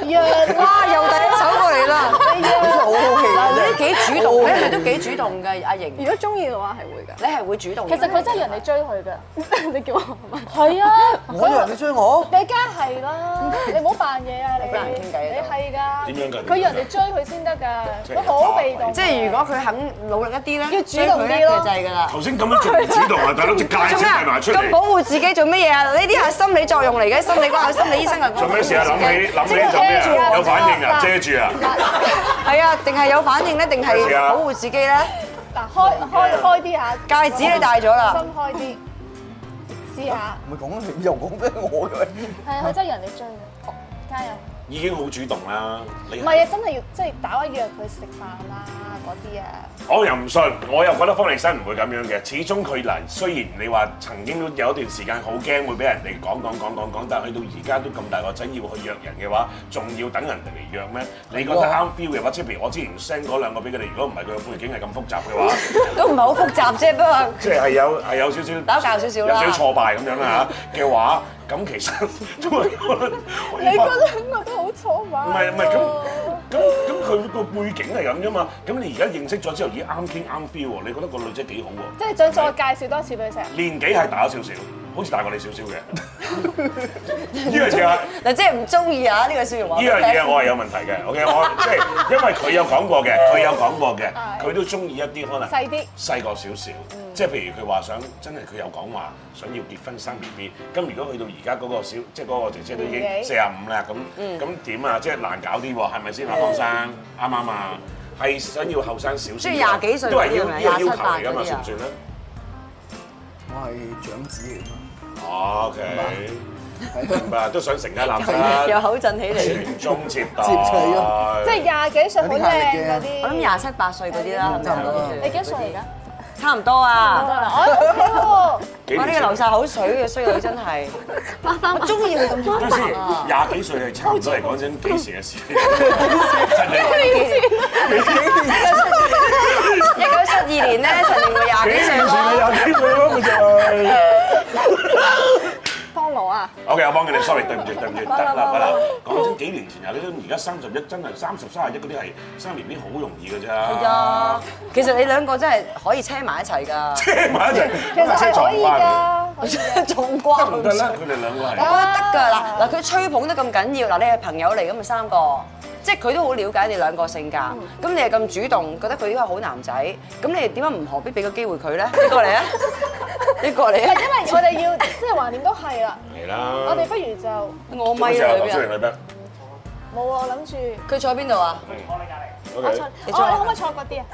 [SPEAKER 5] 讓
[SPEAKER 1] 哇！又第一首過嚟啦，
[SPEAKER 3] 好好氣啊
[SPEAKER 1] 嗱，
[SPEAKER 3] 真係
[SPEAKER 1] 你幾主動，你係咪都幾主動嘅阿瑩？
[SPEAKER 4] 如果中意嘅話係會㗎。
[SPEAKER 1] 你係會主動嘅。
[SPEAKER 5] 其實佢真係人哋追佢 㗎，
[SPEAKER 4] 你叫我係嘛？
[SPEAKER 5] 係啊，
[SPEAKER 3] 我以為你追我，
[SPEAKER 5] 你梗 係啦，你唔好扮嘢啊！你
[SPEAKER 1] 我扮人傾偈啊
[SPEAKER 5] 你係㗎，
[SPEAKER 2] 點樣㗎
[SPEAKER 5] 佢要人哋追佢先得㗎，
[SPEAKER 2] 即係
[SPEAKER 5] 佢好被動。
[SPEAKER 1] 即係如果佢肯努力一啲咧，
[SPEAKER 5] 要主動
[SPEAKER 1] 追佢
[SPEAKER 5] 啲咯
[SPEAKER 1] 呢佢就係㗎啦。
[SPEAKER 2] 頭先咁樣仲唔主動啊，大佬隻戒指戴埋出
[SPEAKER 1] 咁
[SPEAKER 2] 嚟
[SPEAKER 1] 保。護自己做乜嘢啊？呢啲係心理作用嚟嘅，心理關係，心理醫生啊。
[SPEAKER 2] 做咩事啊？諗起諗起做咩
[SPEAKER 5] 遮住
[SPEAKER 2] 啊？
[SPEAKER 5] 啊
[SPEAKER 2] 有反應啊？遮住啊？
[SPEAKER 1] 係啊，定係有反應咧，定
[SPEAKER 2] 咩事
[SPEAKER 1] 係
[SPEAKER 2] 啊
[SPEAKER 1] 保護自己咧？
[SPEAKER 5] 嗱，開開開啲下，
[SPEAKER 1] 戒指你戴咗啦
[SPEAKER 5] 心開啲，試下。
[SPEAKER 3] 唔係講你又講俾我嘅，
[SPEAKER 5] 係啊，佢真係人哋追佢，加油！
[SPEAKER 2] 已經好主動啦。你
[SPEAKER 5] 唔係啊，真係要即係打開約佢食飯啦嗰啲啊，
[SPEAKER 2] 我又唔信，我又覺得方力申唔會咁樣嘅。始終佢嗱，雖然你話曾經都有一段時間好驚會俾人哋講講講講講，但係去到而家都咁大個仔要去約人嘅話，仲要等人哋嚟約咩？你覺得啱 feel 嘅話，即係譬如我之前 send 嗰兩個俾佢哋，如果唔係佢嘅背景係咁複雜嘅話。
[SPEAKER 1] 都唔係好複雜啫，不過
[SPEAKER 2] 即係有係有少少
[SPEAKER 1] 打攪少少啦嗯
[SPEAKER 2] 有少少挫敗咁樣啦嚇嘅話，咁其實 都係可能
[SPEAKER 5] 你嗰兩個都好錯嘛？
[SPEAKER 2] 唔係唔係咁
[SPEAKER 1] 哦
[SPEAKER 2] 咁咁佢個背景係咁啫嘛，咁你而家認識咗之後，咦啱傾啱 feel 喎，你覺得個女仔幾好喎？
[SPEAKER 5] 即係想再介紹多次俾佢食。
[SPEAKER 2] 年紀係大咗少少，好似大過你少少 嘅。呢樣嘢係。
[SPEAKER 1] 嗱，即係唔中意啊呢個笑容話
[SPEAKER 2] 呢
[SPEAKER 1] 俾你
[SPEAKER 2] 樣
[SPEAKER 1] 聽。
[SPEAKER 2] 嘢我係有問題嘅，OK，我即係因為佢有講過嘅， 佢有講過嘅，
[SPEAKER 5] 係
[SPEAKER 2] 佢都中意一啲可能
[SPEAKER 5] 細啲
[SPEAKER 2] 細個少少，
[SPEAKER 1] 嗯
[SPEAKER 2] 即係譬如佢話想真係佢有講話想要結婚生 B B，咁如果去到而家嗰個小即係嗰個姐姐都已經
[SPEAKER 5] 年紀
[SPEAKER 2] 四廿五啦，咁
[SPEAKER 1] 嗯
[SPEAKER 2] 咁點啊？即係難搞啲喎，係咪先啊，方生啱唔啱啊？係想要後生少少，
[SPEAKER 1] 即係廿幾歲
[SPEAKER 2] 都係
[SPEAKER 1] 嗰啲
[SPEAKER 2] 要
[SPEAKER 1] 係咪
[SPEAKER 2] 呢個要
[SPEAKER 1] 廿
[SPEAKER 2] 求
[SPEAKER 1] 七八
[SPEAKER 2] 嚟㗎嘛，
[SPEAKER 1] 嗰啲
[SPEAKER 2] 算
[SPEAKER 1] 啊
[SPEAKER 2] 唔算咧
[SPEAKER 3] 我係長子嚟㗎嘛。
[SPEAKER 2] 哦？OK，明白，都想成家立室，
[SPEAKER 1] 又口震起嚟。
[SPEAKER 2] 傳宗接代，
[SPEAKER 3] 接濟咯
[SPEAKER 5] 即係廿幾歲好靚嗰啲。
[SPEAKER 1] 我諗廿七八歲嗰啲啦，係咪
[SPEAKER 3] 差唔多啦
[SPEAKER 1] 啊？
[SPEAKER 5] 你幾歲嚟㗎？
[SPEAKER 1] 差唔多啊！
[SPEAKER 5] 我 OK
[SPEAKER 2] 幾
[SPEAKER 1] 我
[SPEAKER 2] 年
[SPEAKER 1] 呢
[SPEAKER 2] 前
[SPEAKER 1] 個流晒口水嘅衰女真係，我中意佢 咁坦
[SPEAKER 2] 等陣
[SPEAKER 1] 白
[SPEAKER 2] 先
[SPEAKER 1] 啊！
[SPEAKER 2] 廿幾歲係差唔多嚟講真幾時嘅 事？真係
[SPEAKER 1] 一九七二年咧，陳年華廿幾歲咯。
[SPEAKER 2] 廿幾歲咯，咪就係。
[SPEAKER 4] 幫我啊！
[SPEAKER 2] OK，我幫佢哋，sorry，對唔住，對唔住，得啦，得啦。講真，幾年前廿幾歲，而家三十一真係三十三十一嗰啲係生年啲好容易嘅啫。係
[SPEAKER 1] 係 啊，其實你兩個真係可以車埋一齊 㗎，
[SPEAKER 2] 聽埋一齊，
[SPEAKER 5] 其實係可以
[SPEAKER 2] 得
[SPEAKER 5] 㗎，可以㗎
[SPEAKER 1] 仲瓜
[SPEAKER 2] 唔得咧？佢哋兩個
[SPEAKER 1] 我覺
[SPEAKER 2] 係。
[SPEAKER 1] 得得
[SPEAKER 5] Ờ.
[SPEAKER 1] 㗎嗱嗱，佢吹捧得咁緊要嗱，你係朋友嚟㗎嘛三個，即係佢都好了解你兩個性格，咁你係咁主動，覺得佢呢個好男仔，咁你點解唔何必俾個機會佢咧？你過嚟啊！你過嚟
[SPEAKER 5] 唔係
[SPEAKER 1] 啊！
[SPEAKER 5] 因為我哋要即係橫掂都係啦，
[SPEAKER 2] 係啦。
[SPEAKER 5] 我哋不如就
[SPEAKER 1] 我咪
[SPEAKER 2] 咪
[SPEAKER 1] 裏
[SPEAKER 2] 成日講出嚟
[SPEAKER 1] 邊，
[SPEAKER 2] 咪得。
[SPEAKER 5] 冇啊！我諗住
[SPEAKER 1] 佢坐邊度啊？
[SPEAKER 2] O
[SPEAKER 5] 我坐，哦
[SPEAKER 2] K。
[SPEAKER 5] 你可唔可以坐嗰啲啊？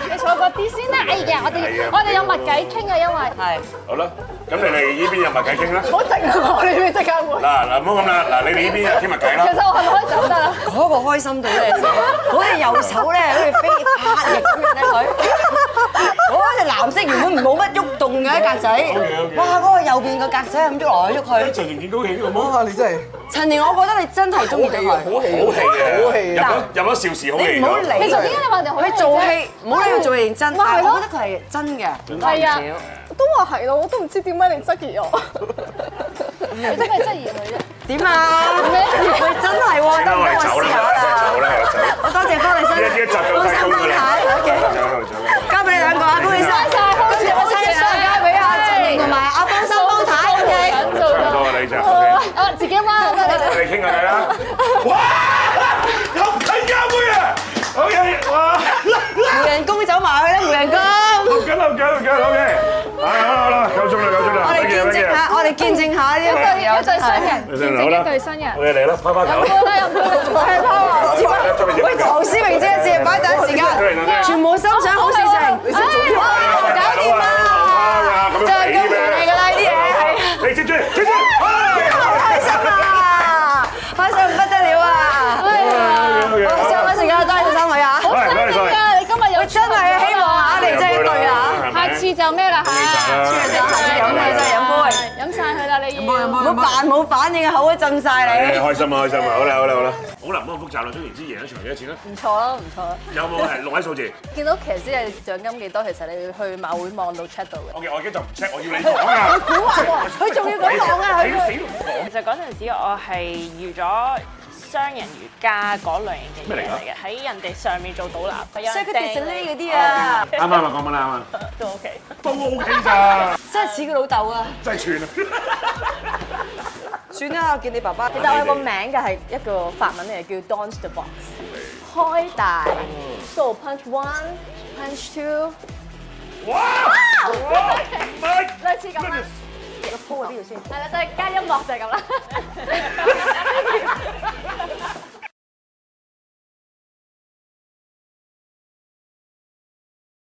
[SPEAKER 5] 你坐嗰啲先啦！哎呀，
[SPEAKER 2] 係啊
[SPEAKER 5] 我哋我哋有密偈傾啊，因為
[SPEAKER 1] 係
[SPEAKER 2] 好啦，咁你哋呢邊有埋偈傾啦。
[SPEAKER 5] 好靜啊！我哋即刻會。
[SPEAKER 2] 嗱嗱，唔好咁啦，嗱你哋呢邊又傾埋偈啦
[SPEAKER 5] 其。實我係咪可以走得 啦？
[SPEAKER 1] 嗰個開心到咧，嗰隻右手咧好似飛拍翼咁樣咧佢。嗰隻藍色原本冇乜喐動嘅格仔
[SPEAKER 2] OK，OK，
[SPEAKER 1] 哇！嗰個右邊個格仔咁喐來喐去。
[SPEAKER 2] 隨年見高興好唔好？
[SPEAKER 3] 哇！你真係啊
[SPEAKER 1] 陳年，我覺得你真係中意咗佢。
[SPEAKER 2] 好戲嘅，
[SPEAKER 3] 好戲啊！
[SPEAKER 2] 入咗入咗邵氏好戲㗎。
[SPEAKER 1] 你唔好理
[SPEAKER 5] 其實點解你話人哋好
[SPEAKER 1] 佢做戲，唔好理佢做戲認真，
[SPEAKER 5] 咪
[SPEAKER 1] 但
[SPEAKER 5] 係
[SPEAKER 1] 係我
[SPEAKER 5] 咯
[SPEAKER 1] 覺得佢係真嘅，
[SPEAKER 5] 係啊
[SPEAKER 1] 唔少
[SPEAKER 4] 都話係咯，我都唔知點解你質 疑我。
[SPEAKER 5] 你真係質疑佢啫？
[SPEAKER 1] 點啊？
[SPEAKER 5] 咩事
[SPEAKER 1] 佢真係喎，
[SPEAKER 2] 算
[SPEAKER 1] 得
[SPEAKER 2] 啦，
[SPEAKER 1] 唔得
[SPEAKER 2] 我
[SPEAKER 1] 我
[SPEAKER 2] 哋走
[SPEAKER 1] 試下
[SPEAKER 2] 啦，走
[SPEAKER 1] 啦。
[SPEAKER 2] 啦，走啦。
[SPEAKER 1] 我多謝方力
[SPEAKER 2] 呢一集
[SPEAKER 1] 申，
[SPEAKER 2] 夠晒工㗎啦，
[SPEAKER 1] 好辛苦
[SPEAKER 2] 走啦，走啦。
[SPEAKER 1] 交俾你兩個啊，恭喜晒！
[SPEAKER 5] 晒恭喜晒
[SPEAKER 1] 我親手交俾阿啊陳年同埋阿方生方太，OK。
[SPEAKER 5] 做
[SPEAKER 2] 差唔多
[SPEAKER 5] 到
[SPEAKER 2] 啦，呢集 OK。
[SPEAKER 5] 啊！自己啦，得
[SPEAKER 2] 我哋傾下偈啦。哇！有睇家妹啊！OK，哇！
[SPEAKER 1] 無人工走埋去啦，無人工。
[SPEAKER 2] 好緊好緊好緊，OK。好啦好啦，夠鐘啦夠鐘啦，
[SPEAKER 1] 我哋見證下，我哋見證
[SPEAKER 4] 見下呢
[SPEAKER 5] 一
[SPEAKER 4] 個
[SPEAKER 5] 對一對新
[SPEAKER 2] 你
[SPEAKER 5] 人，見
[SPEAKER 2] 哋好
[SPEAKER 5] 證
[SPEAKER 2] 啦
[SPEAKER 5] 一對新人。
[SPEAKER 2] 我哋嚟啦，拍拍
[SPEAKER 5] 有
[SPEAKER 2] 球。
[SPEAKER 5] 冇啦？有冇啦？係啦。
[SPEAKER 4] 喂，唐詩詠姐嘅節目擺第一時間，全部心想哦好事情，你先做哇，搞掂啦，就係咁樣嚟㗎啦，呢啲嘢係。
[SPEAKER 2] 你接住，接住，
[SPEAKER 4] 開心啊！開心不得了啊！我上班時間多謝三位啊！
[SPEAKER 5] 好犀利啊！你今日有
[SPEAKER 4] 真係啊希望啊你真係對啊！
[SPEAKER 5] 下次就咩啦嚇？
[SPEAKER 4] 飲啦真係飲杯，
[SPEAKER 5] 飲晒佢啦你要。
[SPEAKER 4] 唔好扮冇反應啊，口都浸晒你。
[SPEAKER 2] 開心啊，開心啊！好啦，好啦，好啦，好啦，唔好咁複雜啦。總言之，贏咗場幾多錢啦？
[SPEAKER 1] 唔錯啦，唔錯啦。
[SPEAKER 2] 有冇係六位數字
[SPEAKER 1] 見到騎師係獎金幾多，其實你要去馬會望到 check 到嘅。
[SPEAKER 2] ？OK，我而家就唔 check，我要你講啊！
[SPEAKER 1] 古惑喎，佢仲要咁講啊！
[SPEAKER 2] 你
[SPEAKER 1] 佢
[SPEAKER 2] 死都唔講。
[SPEAKER 7] 其實嗰陣時我係預咗商人瑜伽嗰類型嘅嘢嚟嘅，喺人哋上面做倒立，不因
[SPEAKER 1] s i r c u i 呢嗰啲
[SPEAKER 7] 啊
[SPEAKER 1] 啊，
[SPEAKER 2] 啱啱啊，講乜啦啱啊，
[SPEAKER 7] 都 OK。
[SPEAKER 2] 都 OK 咋，
[SPEAKER 1] 真係似佢老豆啊！
[SPEAKER 2] 真係串啊！
[SPEAKER 4] 算啦，我見你爸爸。
[SPEAKER 1] 其實我有個名嘅係一個法文嚟嘅，叫 Dance the Box，開大。So punch one, punch two，
[SPEAKER 2] 哇！ 哇！唔係，
[SPEAKER 1] 啊
[SPEAKER 5] 類似咁啦，
[SPEAKER 1] 鋪喺邊度先？
[SPEAKER 5] 係啦，就係加音樂就係咁啦。